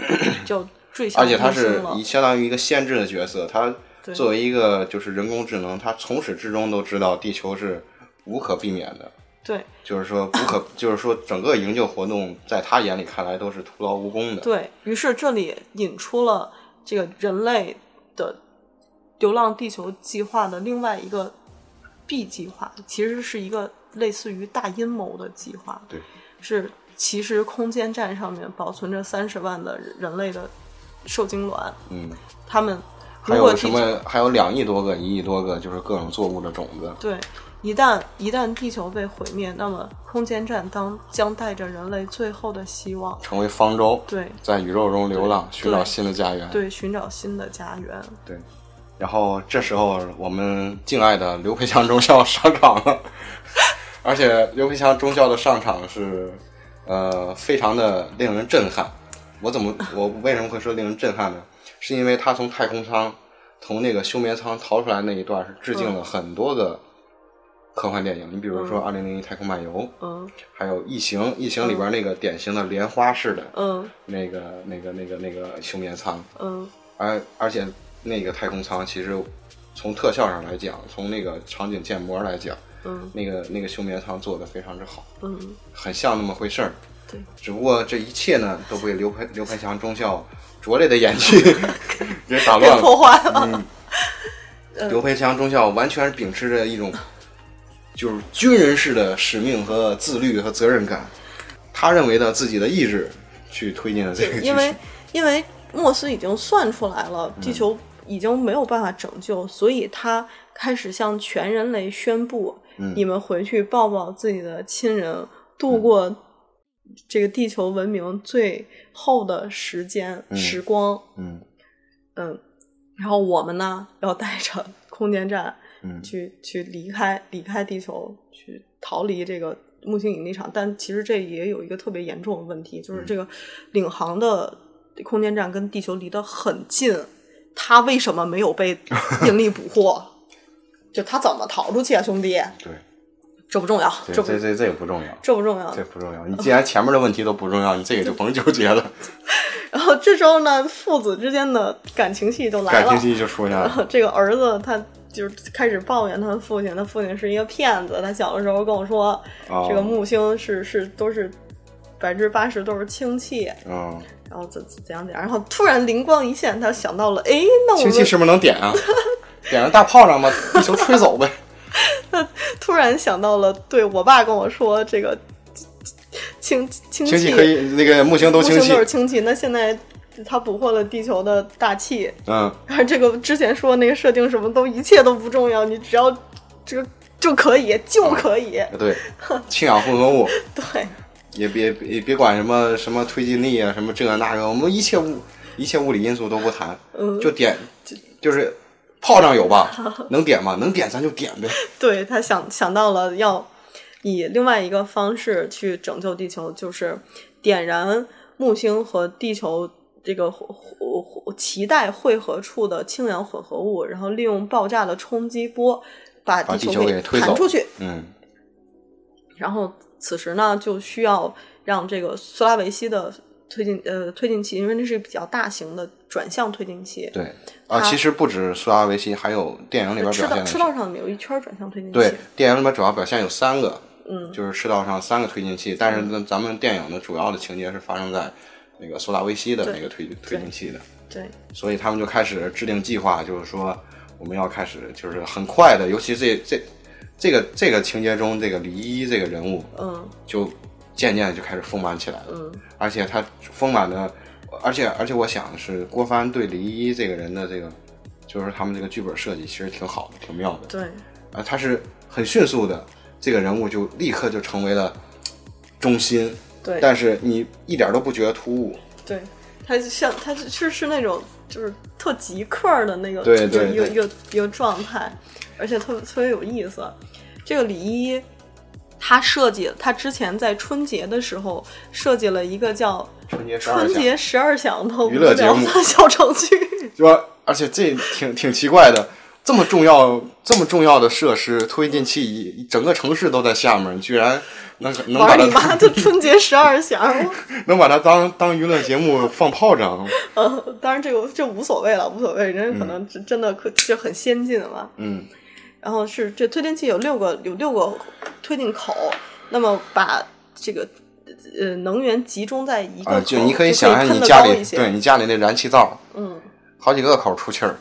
就坠向而且它冰心是了以。相当于一个先知的角色，它对作为一个就是人工智能，它从始至终都知道地球是无可避免的，对就是说无可， 就是说整个营救活动在他眼里看来都是徒劳无功的。对于是，这里引出了这个人类的流浪地球计划的另外一个 B 计划，其实是一个类似于大阴谋的计划。对，是其实空间站上面保存着三十万的人类的受精卵，嗯，他们还如果有地什球么？还有两亿多个、一亿多个，就是各种作物的种子。对，一旦一旦地球被毁灭，那么空间站当将带着人类最后的希望，成为方舟，对在宇宙中流浪，寻找新的家园。对，寻找新的家园。对然后这时候，我们敬爱的刘培强中校上场了， 而且刘培强中校的上场是，呃，非常的令人震撼。我怎么，我为什么会说令人震撼呢？是因为他从太空舱，从那个休眠舱逃出来那一段是致敬了很多个科幻电影，你比如说《二零零一太空漫游》，嗯还有《异形》，《异形》里边那个典型的莲花式的嗯那个、那个、那个、那个休眠舱，嗯而而且那个太空舱其实从特效上来讲，从那个场景建模来讲，嗯那个那个休眠舱做的非常之好，嗯，很像那么回事儿。对，只不过这一切呢，都被刘培刘培强中校拙劣的演技 给打被乱了。破坏了。刘培强中校完全秉持着一种就是军人式的使命和自律和责任感，他认为的自己的意志去推进了这个剧因为情。因为莫斯已经算出来了，嗯地球已经没有办法拯救，所以他开始向全人类宣布：嗯你们回去抱抱自己的亲人，度过嗯这个地球文明最后的时间、嗯时光。嗯嗯，然后我们呢，要带着空间站嗯去去离开离开地球，去逃离这个木星引力场。但其实这也有一个特别严重的问题，就是这嗯个领航的空间站跟地球离得很近，它为什么没有被引力捕获？ 就它怎么逃出去啊，兄弟？对，这不重要，这这不这这这也不重要。这不嗯重要这。不重要，你既然前面的问题都不重要，你这个就甭纠结了，然后这时候呢，父子之间的感情戏就来感了。 情戏就啊出现然了。后这个儿子他就是开始抱怨他的父亲，他父亲是一个骗子。他小的时候跟我说，哦这个木星是是都是百分之八十都是氢气，嗯，然后怎怎怎样怎样。然后突然灵光一现，他想到了，哎，那我氢们气是不是能点啊？点个大炮仗把地球吹 走呗。突然想到了，对我爸跟我说这个氢氢氢气可以，那个木星都木氢星气都。是氢气，那现在。他捕获了地球的大气，嗯，然后这个之前说那个设定什么都一切都不重要，你只要这个就可以，就哦可以。 对，氢氧混合物对，也别也别管什么什么推进力啊，什么这个那个，我们一切物一切物理因素都不谈，嗯就点就是炮仗 有吧？能点吗？能点咱就点呗。对他想想到了要以另外一个方式去拯救地球，就是点燃木星和地球这个火火火脐带汇合处的氢氧混合物，然后利用爆炸的冲击波把把地地球给给推弹走出去。嗯然后此时呢，就需要让这个苏拉维西的推进呃推进器，因为那是比较大型的转向推进器，，对啊，啊其实不止苏拉维西，还有电影里边表赤现道的赤是道上有一圈转向推进器，对，电影里面主要表现有三个，嗯，就是赤道上三个推进器，但是呢，咱们电影的主要的情节是发生在那个苏拉维西的对那个推推进器的，对，所以他们就开始制定计划，就是说我们要开始就是很快的，尤其这这这个这个情节中，这个李一这个人物嗯就渐渐地就开始丰满起来了，嗯。而且他丰满的，而且而且我想的是郭帆对李一这个人的这个。就是他们这个剧本设计其实挺好的，挺妙的。对，啊，他是很迅速的，这个人物就立刻就成为了中心，对但是你一点都不觉得突兀，对，他就像他是是那种就是特极客儿的那个对一个对一个对一个一个状态，而且特别特别有意思。这个李一，他设计，他之前在春节的时候设计了一个叫春节“十二春响，节十二响”的无娱乐节聊目的小程序。对吧？而且这挺挺奇怪的，这么重要这么重要的设施，推进器一整个城市都在下面，居然能 能把玩你妈它的春节十二响！ 能把它当当娱乐节目放炮仗，呃，当然这个这无所谓了，无所谓，人家可能真真的可就很先进了嘛。嗯然后是这推进器有六个有六个推进口，那么把这个呃能源集中在一个口，啊，就你可可以想象喷你得家高里一些对你家里那燃气灶，嗯，好几个口出气儿，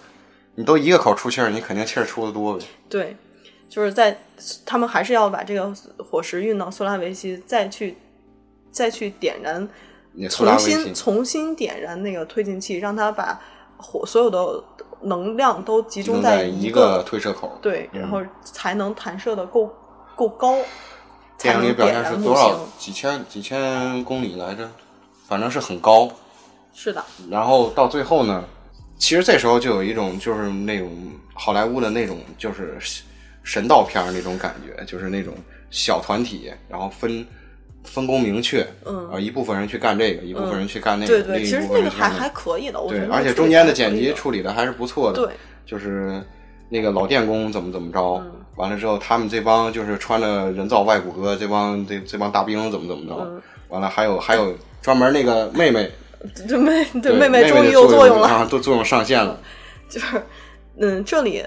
你都一个口出气儿，你肯定气儿出的多呗。对，就是在他们还是要把这个火石运到苏拉维西，再去再去点燃，你苏拉重维西新重新点燃那个推进器，让它把火所有的能量都集中能在一一个推射口，对，嗯然后才能弹射的够够高，才电影里能表点现燃是木多少星。几千几千公里来着，反正是很高。是的，然后到最后呢，其实这时候就有一种就是那种好莱坞的那种就是神道片儿那种感觉，就是那种小团体，然后分分工明确，嗯啊，一部分人去干这个，一部分人去干那个，对对，另其一实部那分个人去还干还可以的，我觉对，得那个而且处中理间还的可剪以辑的处理的还是不错的，对，就是那个老电工怎么怎么着，嗯完了之后他们这帮就是穿着人造外骨骼，这帮这这帮大兵怎么怎么着，嗯完了还有还有专门那个妹妹，对 妹对妹妹终于的有作用了， 啊，都作用上线了，就是，嗯，这里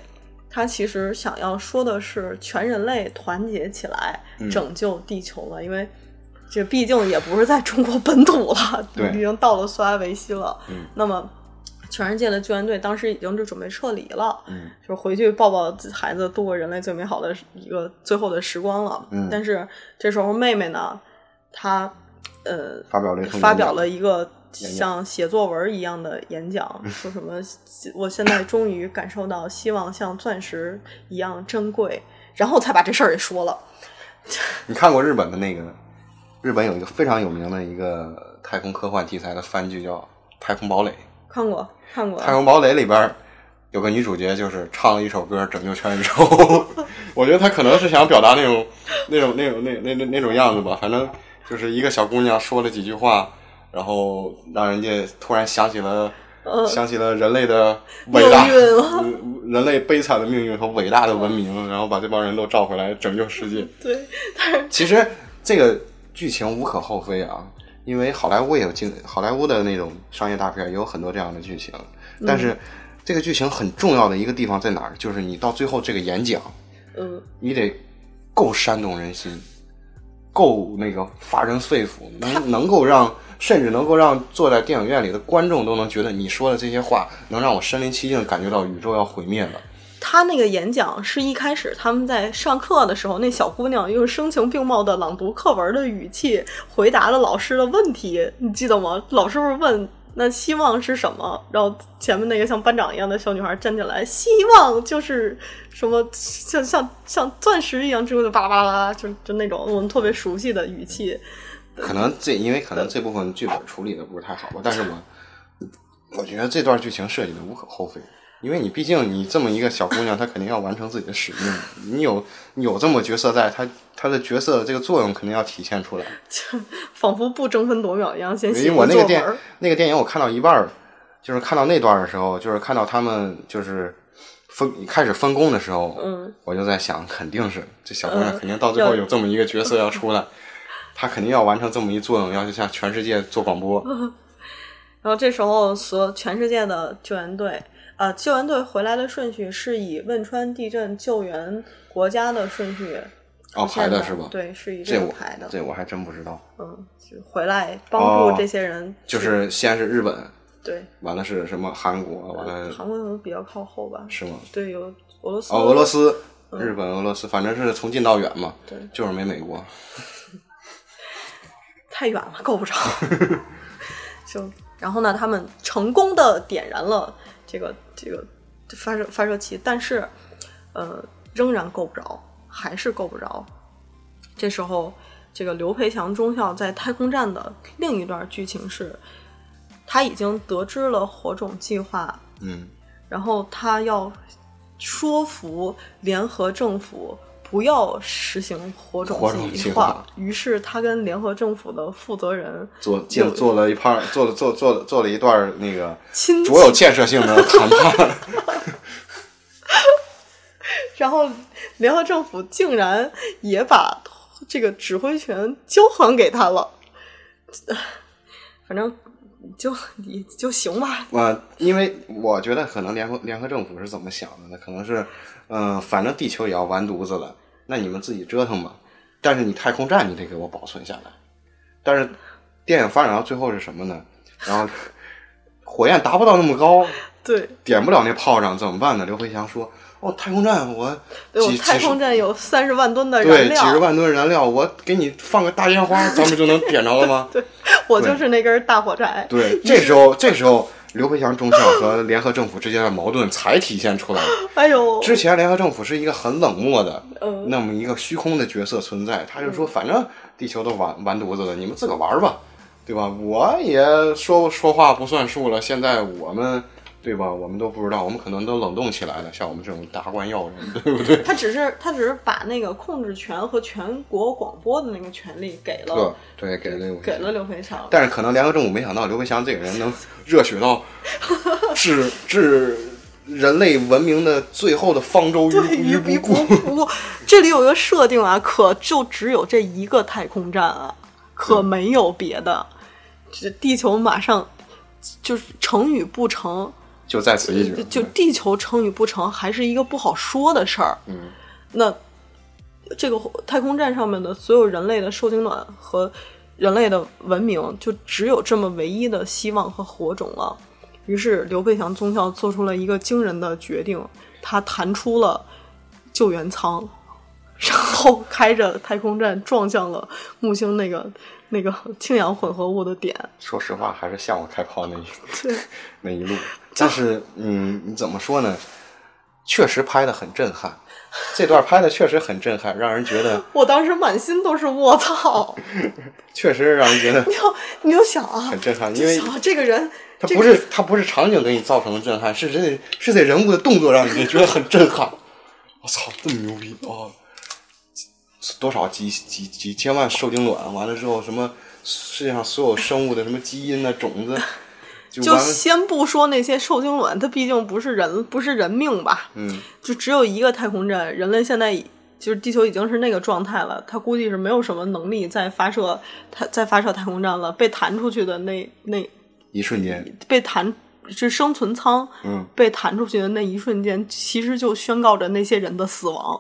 他其实想要说的是，全人类团结起来嗯拯救地球了，因为这毕竟也不是在中国本土了， 对嗯已经到了苏拉维西了。那么，全世界的救援队当时已经是准备撤离了，嗯就是回去抱抱自孩子，度过人类最美好的一个最后的时光了。嗯但是这时候妹妹呢，她呃发表了一通演讲发表了一个演讲像写作文一样的演 讲，说什么我现在终于感受到希望像钻石一样珍贵，然后才把这事儿给说了。你看过日本的那个？日本有一个非常有名的一个太空科幻题材的番剧叫《太空堡垒》，看过看过《太空堡垒》里边儿有个女主角，就是唱了一首歌《拯救全宇宙》， 我觉得她可能是想表达那种、那种、那种、那那那那种样子吧。反正就是一个小姑娘说了几句话，然后让人家突然想起了。嗯想起了人类的伟大，命 运了嗯人类悲惨的命运和伟大的文明，然后把这帮人都召回来拯救世界。对，其实这个剧情无可厚非啊，因为好莱坞也有经好莱坞的那种商业大片也有很多这样的剧情，但是这个剧情很重要的一个地方在哪儿？就是你到最后这个演讲，嗯，你得够煽动人心，够那个发人肺腑，能能够让甚至能够让坐在电影院里的观众都能觉得你说的这些话能让我身临其境地感觉到宇宙要毁灭了。他那个演讲是一开始他们在上课的时候，那小姑娘用声情并茂的朗读课文的语气回答了老师的问题，你记得吗？老师不是问那希望是什么？然后前面那个像班长一样的小女孩站起来，希望就是什么像像像钻石一样之类的，巴拉巴拉巴拉，就就那种我们特别熟悉的语气。可能这因为可能这部分剧本处理的不是太好吧，但是我我觉得这段剧情设计的无可厚非，因为你毕竟你这么一个小姑娘，她肯定要完成自己的使命，你有你有这么角色在，她她的角色的这个作用肯定要体现出来。仿佛不争分夺秒一样，先因写为一我那作文个电儿那个电影我看到一半儿，就是看到那段儿的时候，就是看到他们就是分开始分工的时候， 嗯，我就在想，肯定是这小姑娘嗯肯定到最后要有这么一个角色要出来，她肯定要完成这么一作用，要去向全世界做广播。然后这时候，所有全世界的救援队，呃，救援队回来的顺序是以汶川地震救援国家的顺序哦，出现排的是吧？对，是以这个我排的。这我还真不知道，嗯，就回来帮哦助这些人去，就是先是日本，对，完了是什么韩国，完了韩国可能比较靠后吧。呃是吗？对，有俄罗斯。哦，俄罗。斯、日本、俄罗斯，反正是从近到远嘛，对，就是没美国。太远了，够不着。就然后呢，他们成功的点燃了这个这个发射发射器，但是呃，仍然够不着，还是够不着。这时候，这个刘培强中校在太空站的另一段剧情是，他已经得知了火种计划，嗯然后他要说服联合政府不要实行火种火种计计划划。于是他跟联合政府的负责人做建做了一盘，做了做做做了一段那个亲卓有建设性的谈 判。然后联合政府竟然也把这个指挥权交还给他了，反正就你就行吧。啊，因为我觉得可能联合联合政府是怎么想的呢？可能是，嗯、反正地球也要完犊子了，那你们自己折腾吧。但是你太空站你得给我保存下来。但是电影发展到最后是什么呢？然后火焰达不到那么高，对，点不了那炮仗，怎么办呢？刘辉强说：“哦，太空站我对我几太几十空站有三十万吨的燃对几十料，万吨燃料，我给你放个大烟花，咱们就能点着了吗？”我就是那根大火柴。 对，这时候这时候刘培强中校和联合政府之间的矛盾才体现出来。哎呦，之前联合政府是一个很冷漠的嗯那么一个虚空的角色存在，他就说反正地球都完完犊子了，你们自个儿玩吧，对吧？我也说说话不算数了，现在我们。对吧？我们都不知道，我们可能都冷冻起来了。像我们这种达官要人，对不对？他只是他只是把那个控制权和全国广播的那个权利给了对，给了哦给了刘培强。但是可能联合政府没想到刘培强这个人能热 血到置置人类文明的最后的方舟对， 于于于不顾。不顾。这里有一个设定啊，可就只有这一个太空站啊，可没有别的。这地球马上就是成与不成，就在此一举。就地球成与不成还是一个不好说的事儿。嗯，那这个太空站上面的所有人类的受精卵和人类的文明，就只有这么唯一的希望和火种了。于是刘备强宗校做出了一个惊人的决定，他弹出了救援舱，然后开着太空站撞向了木星那个那个氢氧混合物的点。说实话，还是向我开炮那一对， 那一路。但是，嗯，你怎么说呢？确实拍的很震撼，这段拍的确实很震撼，让人觉得，我当时满心都是卧槽！确实让人觉得你就你就想啊，很震撼，因就为想啊这个人，它这不个是它不是场景给你造成的震撼，是这是这人物的动作让你觉得很震撼。我操，这么牛逼哦！多少几几几千万受精卵，完了之后什么世界上所有生物的什么基因啊、种子，就就完了。先不说那些受精卵，它毕竟不是人，不是人命吧？嗯，就只有一个太空站，人类现在已就是地球已经是那个状态了，它估计是没有什么能力再发射太再发射太空站了。被弹出去的那那一瞬间，被弹是生存舱嗯，被弹出去的那一瞬间，其实就宣告着那些人的死亡，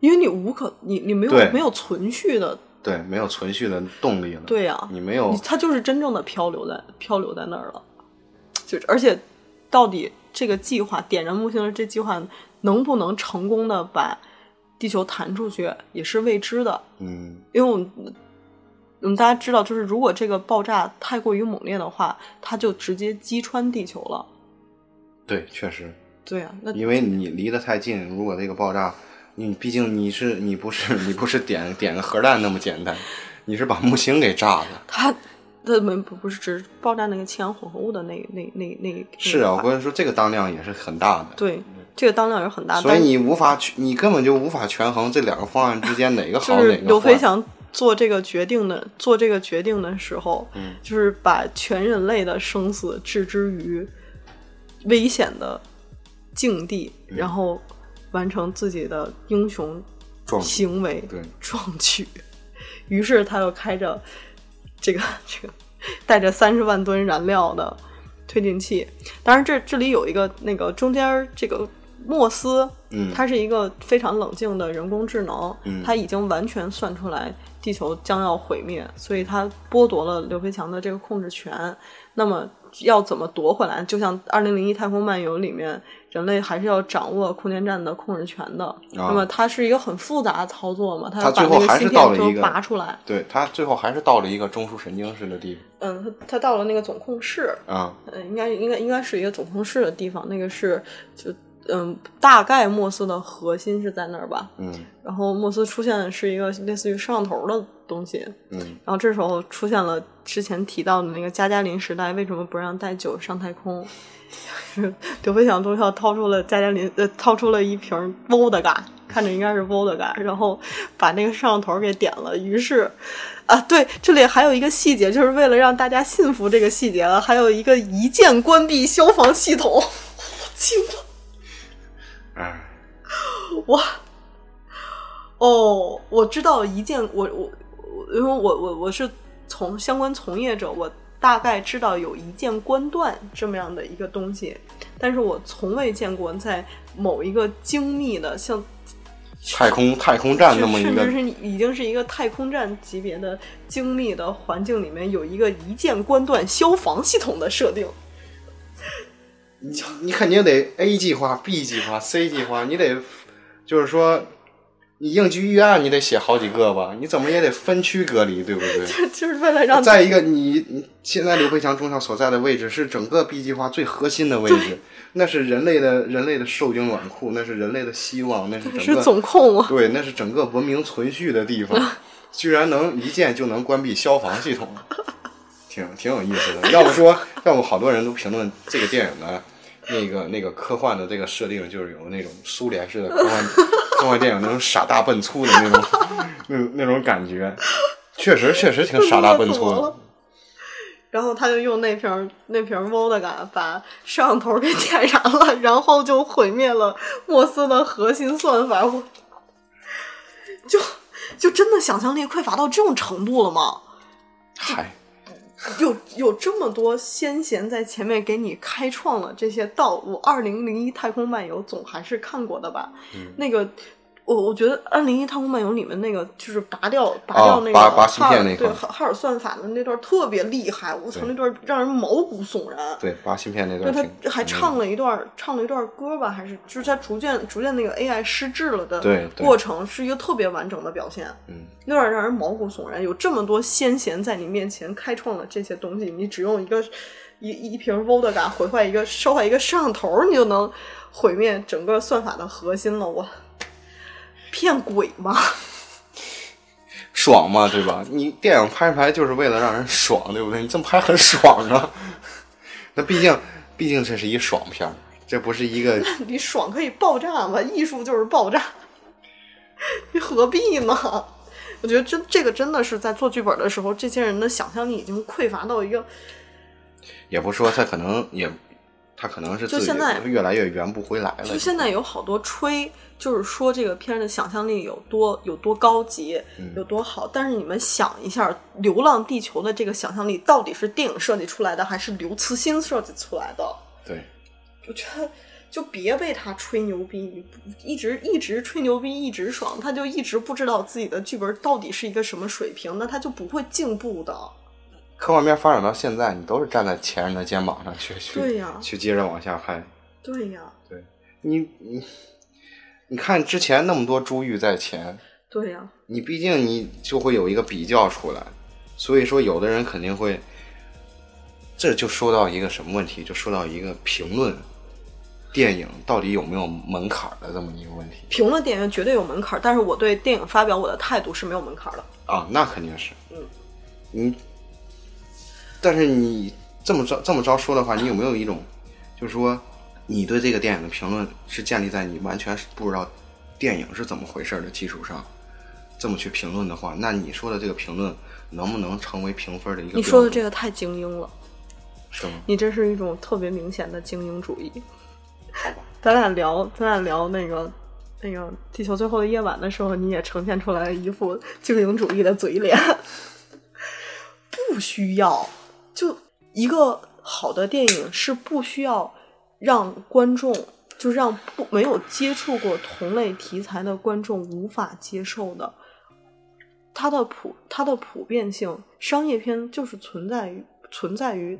因为你无可你你没有对没有存续的，对，没有存续的动力了。对呀、你没有你它就是真正的漂流在漂流在那儿了，就是而且到底这个计划点燃木星的这计划能不能成功的把地球弹出去也是未知的，嗯，因为我们我们大家知道，就是如果这个爆炸太过于猛烈的话，它就直接击穿地球了。对，确实，对啊，那因为你离得太近，如果这个爆炸，你毕竟你是你不是你不是点点个核弹那么简单，你是把木星给炸了。它它没不不是只是爆炸那个氢氧混合物的那那那那那是啊，一我块跟你说，这个当量也是很大的，嗯对这个当量也是很大，所以但你无法去，你根本就无法权衡这两个方案之间哪个好，就是哪个刘飞坏。翔做这个决定的做这个决定的时候，嗯就是把全人类的生死置之于危险的境地，嗯然后完成自己的英雄壮举行为对壮举。 于是他又开着这个这个带着三十万吨燃料的推进器，当然这这里有一个那个中间儿这个莫斯，嗯它是一个非常冷静的人工智能，嗯它已经完全算出来地球将要毁灭，所以它剥夺了刘培强的这个控制权。那么要怎么夺回来？就像《二零零一太空漫游》里面，人类还是要掌握空间站的控制权的。啊那么它是一个很复杂的操作嘛，它要它呃把最那后个还芯是到片了都一个拔出来。对他最后还是到了一个中枢神经似的地嗯，它它到了那个总控室，方啊，呃，应该应该应该是一个总控室的地方，那个是就嗯，大概莫斯的核心是在那儿吧。嗯然后莫斯出现的是一个类似于摄像头的东西，嗯然后这时候出现了之前提到的那个加加林时代为什么不让带酒上太空？刘飞翔中校掏出了加加林，呃，掏出了一瓶 Vodka，看着应该是 Vodka，然后把那个摄像头给点了。于是，啊，对，这里还有一个细节，就是为了让大家信服这个细节了，还有一个一键关闭消防系统， 我惊了。哎，我，哦，我知道一键，我我我，因为我我我是从相关从业者，我大概知道有一键关断这么样的一个东西，但是我从未见过在某一个精密的像太空太空站那么一甚个至是已经是一个太空站级别的精密的环境里面有一个一键关断消防系统的设定。 你你肯定得 A 计划、B 计划、C 计划，你得就是说，你应急预案你得写好几个吧，你怎么也得分区隔离，对不对？就是为了 让再一个，你你现在刘培强中校所在的位置是整个 B 计划最核心的位置，那是人类的人类的受精卵库，那是人类的希望，那是整是个 总控啊，对，那是整个文明存续的 地方，居然能一键就能关闭消防系统，挺挺有意思的。要不说，要不好多人都评论这个电影呢，那个那个科幻的这个设定，就是有那种苏联式的科 幻科幻电影那种傻大笨粗的那种那那种感觉，确实确实挺傻大笨 粗乐死我的了。然后他就用那瓶儿那瓶 Vodka 把摄像头给点燃了，然后就毁灭了莫斯的核心算法。我就就真的想象力匮乏到这种程度了吗？嗨，有有这么多先贤在前面给你开创了这些道路。二零零一太空漫游总还是看过的吧？嗯那个我我觉得二零一太空漫游里面那个就是拔掉拔啊掉那个拔拔芯哈尔片那一对块哈哈尔算法的那段特别厉害，我操对那段让人毛骨悚然。对，拔芯片那对段嗯他挺还唱了一段，唱了一段歌吧，还是就是他逐渐逐渐那个 AI 失智了的对对过程，是一个特别完整的表现。嗯，有点让人毛骨悚然。有这么多先贤在你面前开创了这些东西，你只用一个一一瓶 vodka 毁坏一个烧坏一个摄像头，你就能毁灭整个算法的核心了。我骗鬼吗？ 爽嘛，对吧？你电影拍一拍就是为了让人爽，对不对？你这么拍很爽啊。 那毕竟，毕竟这是一爽片儿，这不是一个你爽可以爆炸嘛，艺术就是爆炸，你何必呢？我觉得真这个真的是在做剧本的时候，这些人的想象力已经匮乏到一个也不说他可能也，他可能是就自己现在越来越圆不回来了。就现在有好多吹，就是说这个片儿的想象力有多有多高级，嗯有多好。但是你们想一下，《流浪地球》的这个想象力到底是电影设计出来的，还是刘慈欣设计出来的？对，我觉得就别被他吹牛逼，一直一直吹牛逼，一直爽，他就一直不知道自己的剧本到底是一个什么水平，那他就不会进步的。科幻片发展到现在，你都是站在前人的肩膀上去去对呀去接着往下拍。对呀，你你你看之前那么多珠玉在前，对呀，你毕竟你就会有一个比较出来，所以说有的人肯定会，这就说到一个什么问题，就说到一个评论电影到底有没有门槛儿的这么一个问题评论电影绝对有门槛儿，但是我对电影发表我的态度是没有门槛儿的。啊，那肯定是，嗯，你，但是你这么着这么着说的话，你有没有一种，就是说你对这个电影的评论是建立在你完全是不知道电影是怎么回事儿的基础上？这么去评论的话，那你说的这个评论能不能成为评分的一个标准？你说的这个太精英了，是吗？你这是一种特别明显的精英主义。咱俩聊，咱俩聊那个那个《地球最后的夜晚》的时候，你也呈现出来一副精英主义的嘴脸。不需要，就一个好的电影是不需要让观众，就让不没有接触过同类题材的观众无法接受的。它的普它的普遍性，商业片就是存在于存在于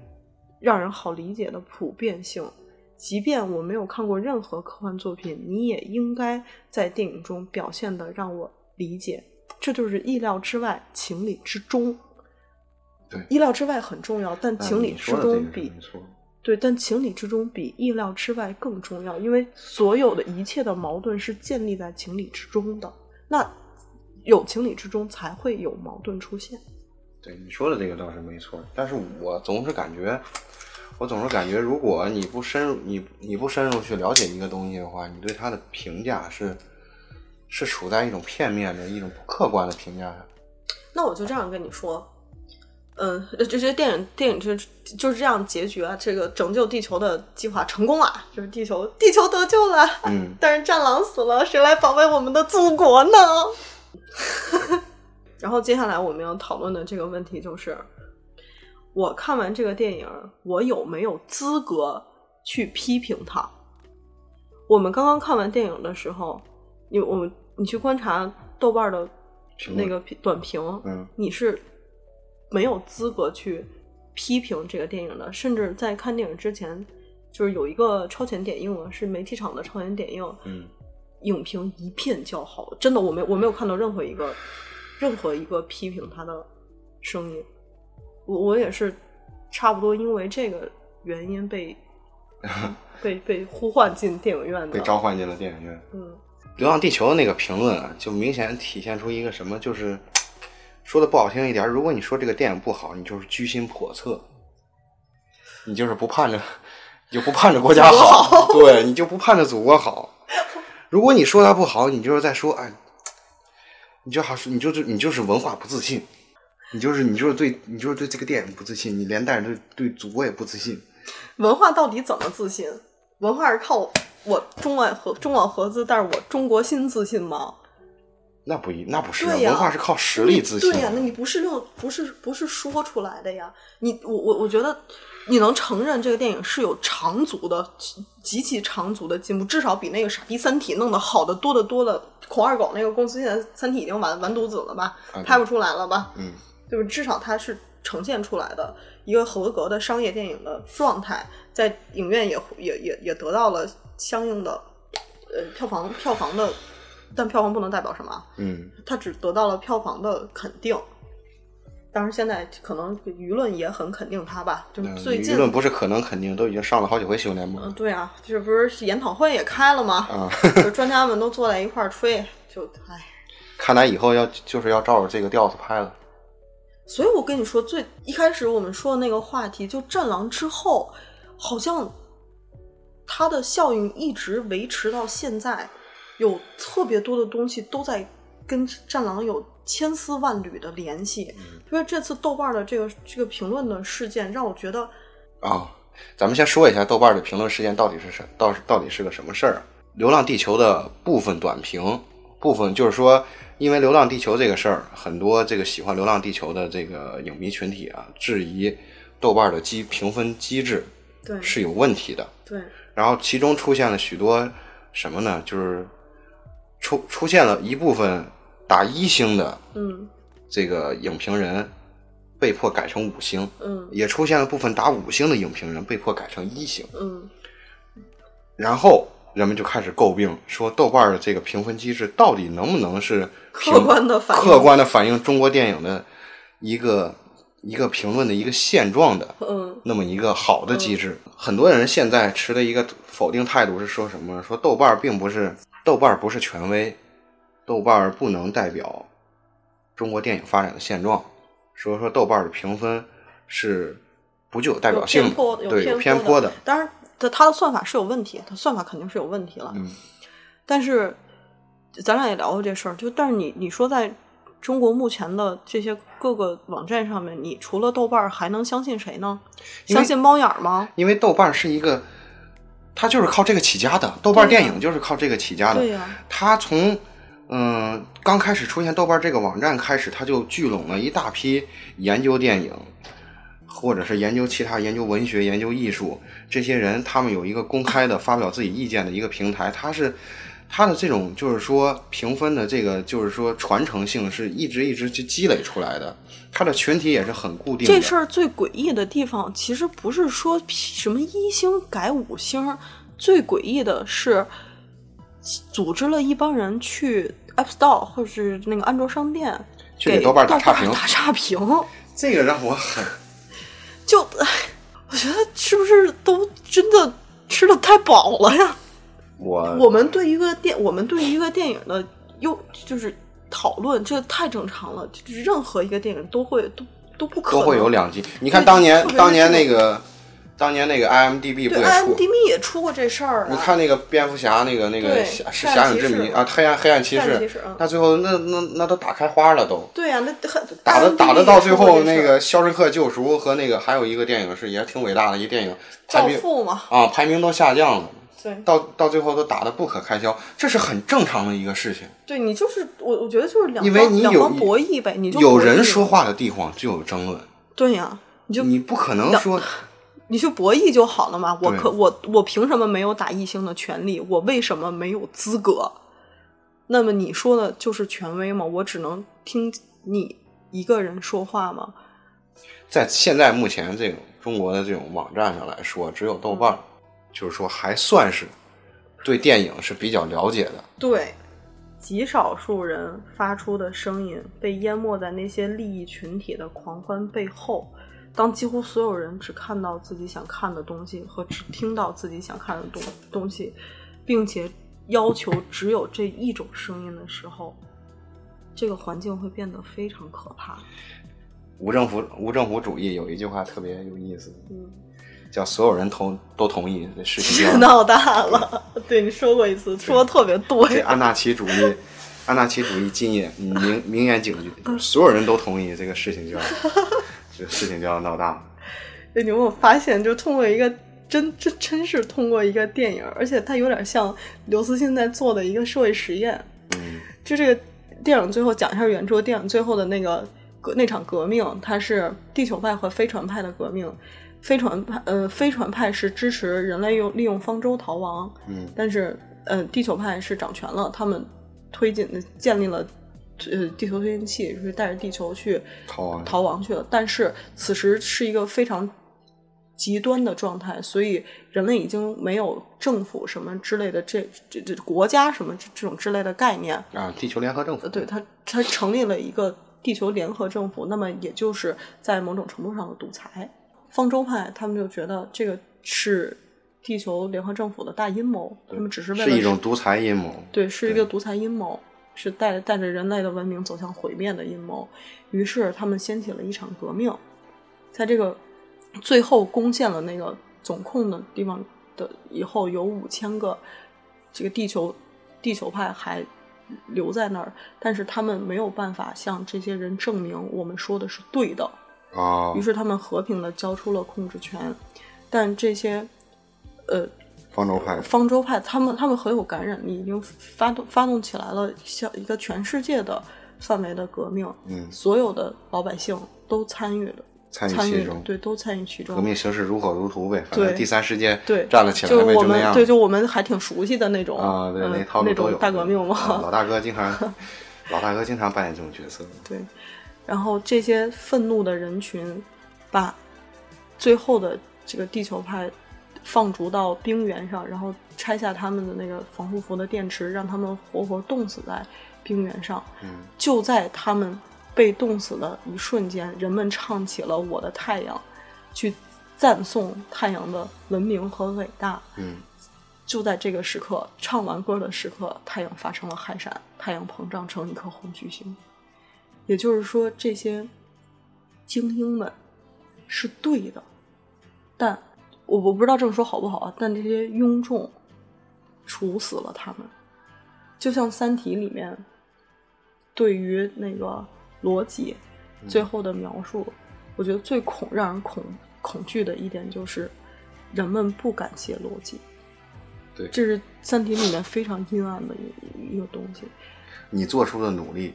让人好理解的普遍性。即便我没有看过任何科幻作品，你也应该在电影中表现的让我理解，这就是意料之外，情理之中。对意料之外很重要，但那情理你之说的这个中是比没错对，但情理之中比意料之外更重要，因为所有的一切的矛盾是建立在情理之中的。那有情理之中，才会有矛盾出现。对你说的这个倒是没错，但是我总是感觉，我总是感觉，如果你不深入，你你不深入去了解一个东西的话，你对它的评价是是处在一种片面的一种不客观的评价上。那我就这样跟你说，嗯，这这些电影电影就就是这样结局啊，这个拯救地球的计划成功了，就是地球地球得救了，嗯，但是战狼死了，谁来保卫我们的祖国呢？ 然后接下来我们要讨论的这个问题就是，我看完这个电影，我有没有资格去批评它？我们刚刚看完电影的时候，你我们你去观察豆瓣的评论那个评短评，嗯，你是没有资格去批评这个电影的，甚至在看电影之前，就是有一个超前点映啊，是媒体场的超前点映，嗯，影评一片叫好，真的，我没我没有看到任何一个任何一个批评他的声音，我我也是差不多因为这个原因 被被被呼唤进电影院的，被召唤进了电影院。嗯《流浪地球》那个评论啊，就明显体现出一个什么，就是说的不好听一点儿，如果你说这个电影不好，你就是居心叵测，你就是不盼着，你就不盼着国家好，对，你就不盼着祖 国好。如果你说它不好，你就是在说，哎，你就好，你就是你就是文化不自信，你就是你就是对你就是对这个电影不自信，你连带着对对祖国也不自信。文化到底怎么自信？文化是靠我中外合中网合资，但是我中国新自信吗？那不一，那不是啊、对呀文化是靠实力自信啊。对呀、那你不是用不是不是说出来的呀？你我我我觉得你能承认这个电影是有长足的极其长足的进步，至少比那个傻逼《三体》弄得好的多得多的。孔二狗那个公司现在《三体》已经完完犊子了吧啊对，拍不出来了吧？嗯，就是至少它是呈现出来的一个合格的商业电影的状态，在影院也也也也得到了相应的呃票房票房的，但票房不能代表什么啊，嗯它只得到了票房的肯定。当然，现在可能舆论也很肯定它吧，就是嗯最近舆论不是可能肯定都已经上了好几回新闻联播嗯，对啊，这不是研讨会也开了吗？啊，就专家们都坐在一块儿吹，就唉。看来以后要就是要照着这个调子拍了。所以我跟你说，最一开始我们说的那个话题，就《战狼》之后，好像它的效应一直维持到现在，有特别多的东西都在跟《战狼》有千丝万缕的联系。因为这次豆瓣的这个这个评论的事件，让我觉得啊，咱们先说一下豆瓣的评论事件到底是什，到到底是个什么事儿啊？《流浪地球》的部分短评，部分就是说，因为《流浪地球》这个事儿，很多这个喜欢《流浪地球》的这个影迷群体啊，质疑豆瓣的机评分机制对是有问题的。对然后其中出现了许多什么呢？就是出出现了一部分打一星的嗯这个影评人被迫改成五星，嗯也出现了部分打五星的影评人被迫改成一星，嗯然后人们就开始诟病说豆瓣的这个评分机制到底能不能是评客观地反映客观的反映中国电影的一个一个评论的一个现状的嗯那么一个好的机制。很多人现在持的一个否定态度是说什么？说豆瓣儿并不是豆瓣儿不是权威，豆瓣儿不能代表中国电影发展的现状。说说豆瓣儿的评分是不具有代有表性偏的，颇有对，有偏颇颇的。当然，它它的算法是有问题，它算法肯定是有问题了。嗯但是咱俩也聊过这事儿，就但是你你说在中国目前的这些各个网站上面，你除了豆瓣儿还能相信谁呢？因为相信猫眼儿吗？因为豆瓣儿是一个，它就是靠这个起家的，豆瓣儿对呀电影就是靠这个起家的。对呀、它从嗯、刚开始出现豆瓣这个网站开始，它就聚拢了一大批研究电影，或者是研究其他、研究文学、研究艺术这些人，他们有一个公开的发表自己意见的一个平台。它是它的这种就是说评分的这个就是说传承性是一直一直去积累出来的，它的群体也是很固定的。这事儿最诡异的地方，其实不是说什么一星改五星，最诡异的是组织了一帮人去 App Store 或者是那个安卓商店去给给豆瓣儿打打差评打差评，这个让我很就我觉得是不是都真的吃的太饱了呀？我我们对一个电，我们对一个电影的又就是讨论，这太正常了。就是任何一个电影都会都都不可都能会有两集。你看对当年特别是当年这那种个当年那个 IMDB 不对也出？ ，IMDB 也出过这事儿啊。你看那个蝙蝠侠，那个那个对侠黑暗侠影骑之士谜啊，黑暗黑暗骑黑暗士骑士嗯，那最后那那那都打开花了都，对啊呀、那很打的 IMDb 打的到最也出后过这那事儿个《肖申克救赎》和那个还有一个电影是也挺伟大的一电影，排教名父嘛，啊排名都下降了，对到到最后都打得不可开交，这是很正常的一个事情。对，你就是我，我觉得就是两因为方你两有方博弈呗，你就有博弈人呗说话的地方就有争论，对呀、你就你不可能说你去博弈就好了嘛。我对可我我凭什么没有打异性的权利？我为什么没有资格？那么你说的就是权威吗？我只能听你一个人说话吗？在现在目前这种中国的这种网站上来说，只有豆瓣儿，就是说还算是对电影是比较了解的。对，极少数人发出的声音被淹没在那些利益群体的狂欢背后。当几乎所有人只看到自己想看的东西和只听到自己想看的东东西，并且要求只有这一种声音的时候，这个环境会变得非常可怕。无政府无政府主义有一句话特别有意思，嗯，叫“所有人同都同意”，这事情世叫闹大了， 对你说过一次，说的特别这对。安纳奇主义， 安纳奇主义今夜名名言警句，嗯就是所有人都同意这个事情就要， 这个事情就要闹大了。对，你有没有发现，就通过一个真真真是通过一个电影，而且它有点像刘慈欣在做的一个社会实验。嗯，就这个电影最后讲一下原著，电影最后的那个革那场革命，它是地球派和飞船派的革命。飞船派呃，飞船派是支持人类用利用方舟逃亡，嗯但是呃，地球派是掌权了，他们推进建立了呃地球推进器，就是带着地球去逃亡逃亡去了。但是此时是一个非常极端的状态，所以人类已经没有政府什么之类的这这这国家什么这这种之类的概念。啊，地球联合政府呃，对他，他成立了一个地球联合政府，那么也就是在某种程度上的独裁。方舟派他们就觉得这个是地球联合政府的大阴谋，他们只是为了是一种独裁阴谋。对，是一对个独裁阴谋，是带带着人类的文明走向毁灭的阴谋。于是他们掀起了一场革命，在这个最后攻陷了那个总控的地方的以后，有五千个这个地球地球派还留在那儿，但是他们没有办法向这些人证明我们说的是对的。啊于，是他们和平的交出了控制权，但这些呃方舟派方舟派，他们他们很有感染力，已经发动发动起来了，像一个全世界的范围的革命，嗯所有的老百姓都参与了，参与参其与了中，对，都参与其中。革命形势如火如荼呗，反正对第三世界对，站了起来就是呗，我就那们样对，就我们还挺熟悉的那种啊，对，嗯那套路那都种有。大革命嘛。啊老大哥经常， 老大哥经常扮演这种角色。对，然后这些愤怒的人群把最后的这个地球派放逐到冰原上，然后拆下他们的那个防护服的电池，让他们活活冻死在冰原上。嗯，就在他们被冻死的一瞬间，人们唱起了《我的太阳》，去赞颂太阳的文明和伟大。嗯，就在这个时刻，唱完歌的时刻，太阳发生了氦闪，太阳膨胀成一颗红巨星。也就是说，这些精英们是对的，但我我不知道这么说好不好啊。但这些庸众处死了他们，就像《三体》里面对于那个逻辑最后的描述，我觉得最恐让人恐恐惧的一点就是，人们不感谢逻辑。对这是《三体》里面非常阴暗的一一个东西。你做出的努力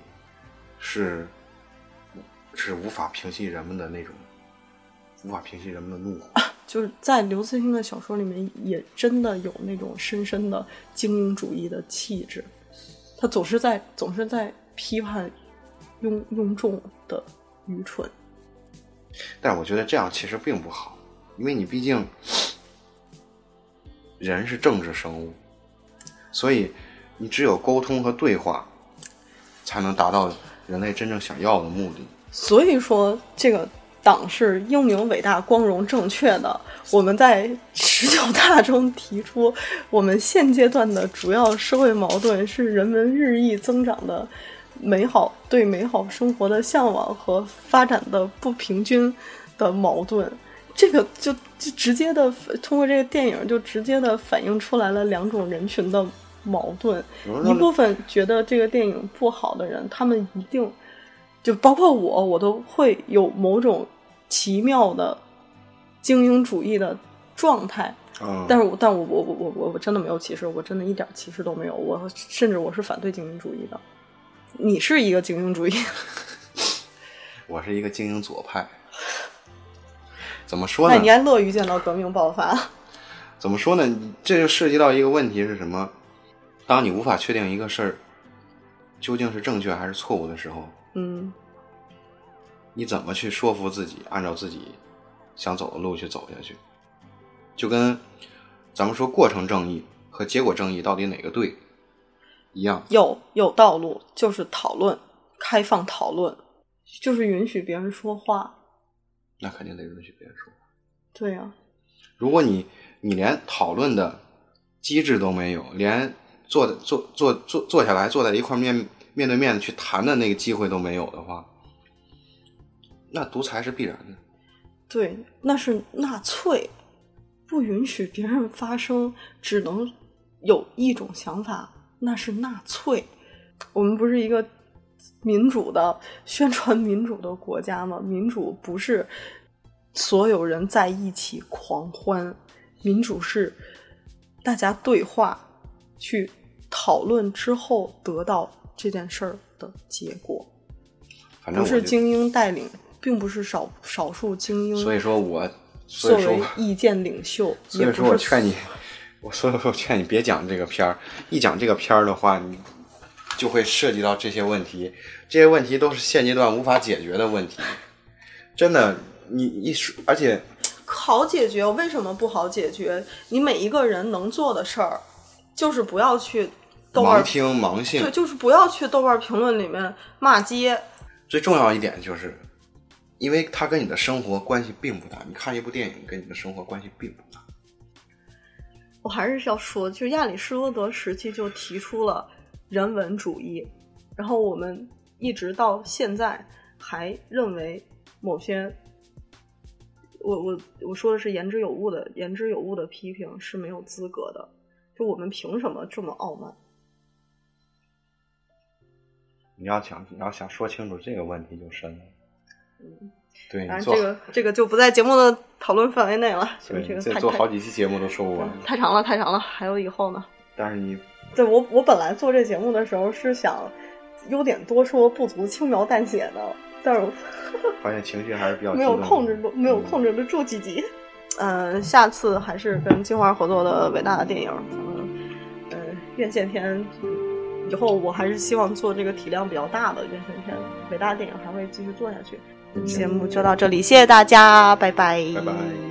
是是无法平息人们的那种，无法平息人们的怒火。就是在刘慈欣的小说里面，也真的有那种深深的精英主义的气质。他总是在总是在批判庸庸众的愚蠢。但是我觉得这样其实并不好，因为你毕竟人是政治生物，所以你只有沟通和对话，才能达到人类真正想要的目的。所以说，这个党是英明、伟大、光荣、正确的。我们在十九大中提出，我们现阶段的主要社会矛盾是人们日益增长的美好对美好生活的向往和发展的不平均的矛盾。这个就就直接的通过这个电影就直接的反映出来了两种人群的矛盾有人。一说部分觉得这个电影不好的人，他们一定就包括我，我都会有某种奇妙的精英主义的状态。啊，但是我但我我我我我我真的没有歧视，我真的一点歧视都没有，我甚至我是反对精英主义的。你是一个精英主义，我是一个精英左派，怎么说那呢你？该乐于见到革命爆发。怎么说呢？你这就涉及到一个问题是什么？当你无法确定一个事儿究竟是正确还是错误的时候，嗯你怎么去说服自己按照自己想走的路去走下去？就跟咱们说过程正义和结果正义到底哪个对一样，有有道路，就是讨论，开放讨论，就是允许别人说话。那肯定得允许别人说。对啊呀、如果你你连讨论的机制都没有，连坐的坐坐坐坐下来坐在一块儿面面对面去谈的那个机会都没有的话，那独裁是必然的。对，那是纳粹，不允许别人发声，只能有一种想法，那是纳粹。我们不是一个民主的宣传民主的国家吗？民主不是所有人在一起狂欢，民主是大家对话去讨论之后得到这件事儿的结果，反不正我是就精英带领，并不是少少数精英。所以说我所作以说为意见领袖，所以说也我不是劝你，我所以说我劝你别讲这个片儿，一讲这个片儿的话，你就会涉及到这些问题，这些问题都是现阶段无法解决的问题。真的，你一说，而且好解决。为什么不好解决？你每一个人能做的事儿，就是不要去豆瓣盲儿，听盲信对，，就是不要去豆瓣儿评论里面骂街。最重要一点就是，因为它跟你的生活关系并不大。你看一部电影跟你的生活关系并不大。我还是要说，就是亚里士多德时期就提出了人文主义，然后我们一直到现在还认为某些，我我我说的是言之有物的，言之有物的批评是没有资格的。就我们凭什么这么傲慢？你要想你要想说清楚这个问题就深了。对嗯当你然，嗯做这个这个就不在节目的讨论范围内了。就对是这你个这太做太好几期节目都说不完，太长了，太长了，还有以后呢。但是你对我，我本来做这节目的时候是想优点多说，不足轻描淡写的，但是发现情绪还是比较我没有激动的控制住，没有嗯控制得住自己。呃，下次还是跟金花合作的伟大的电影，嗯，呃，院线片，以后我还是希望做这个体量比较大的院线片，伟大的电影还会继续做下去。节目就到这里，谢谢大家，拜拜，拜拜。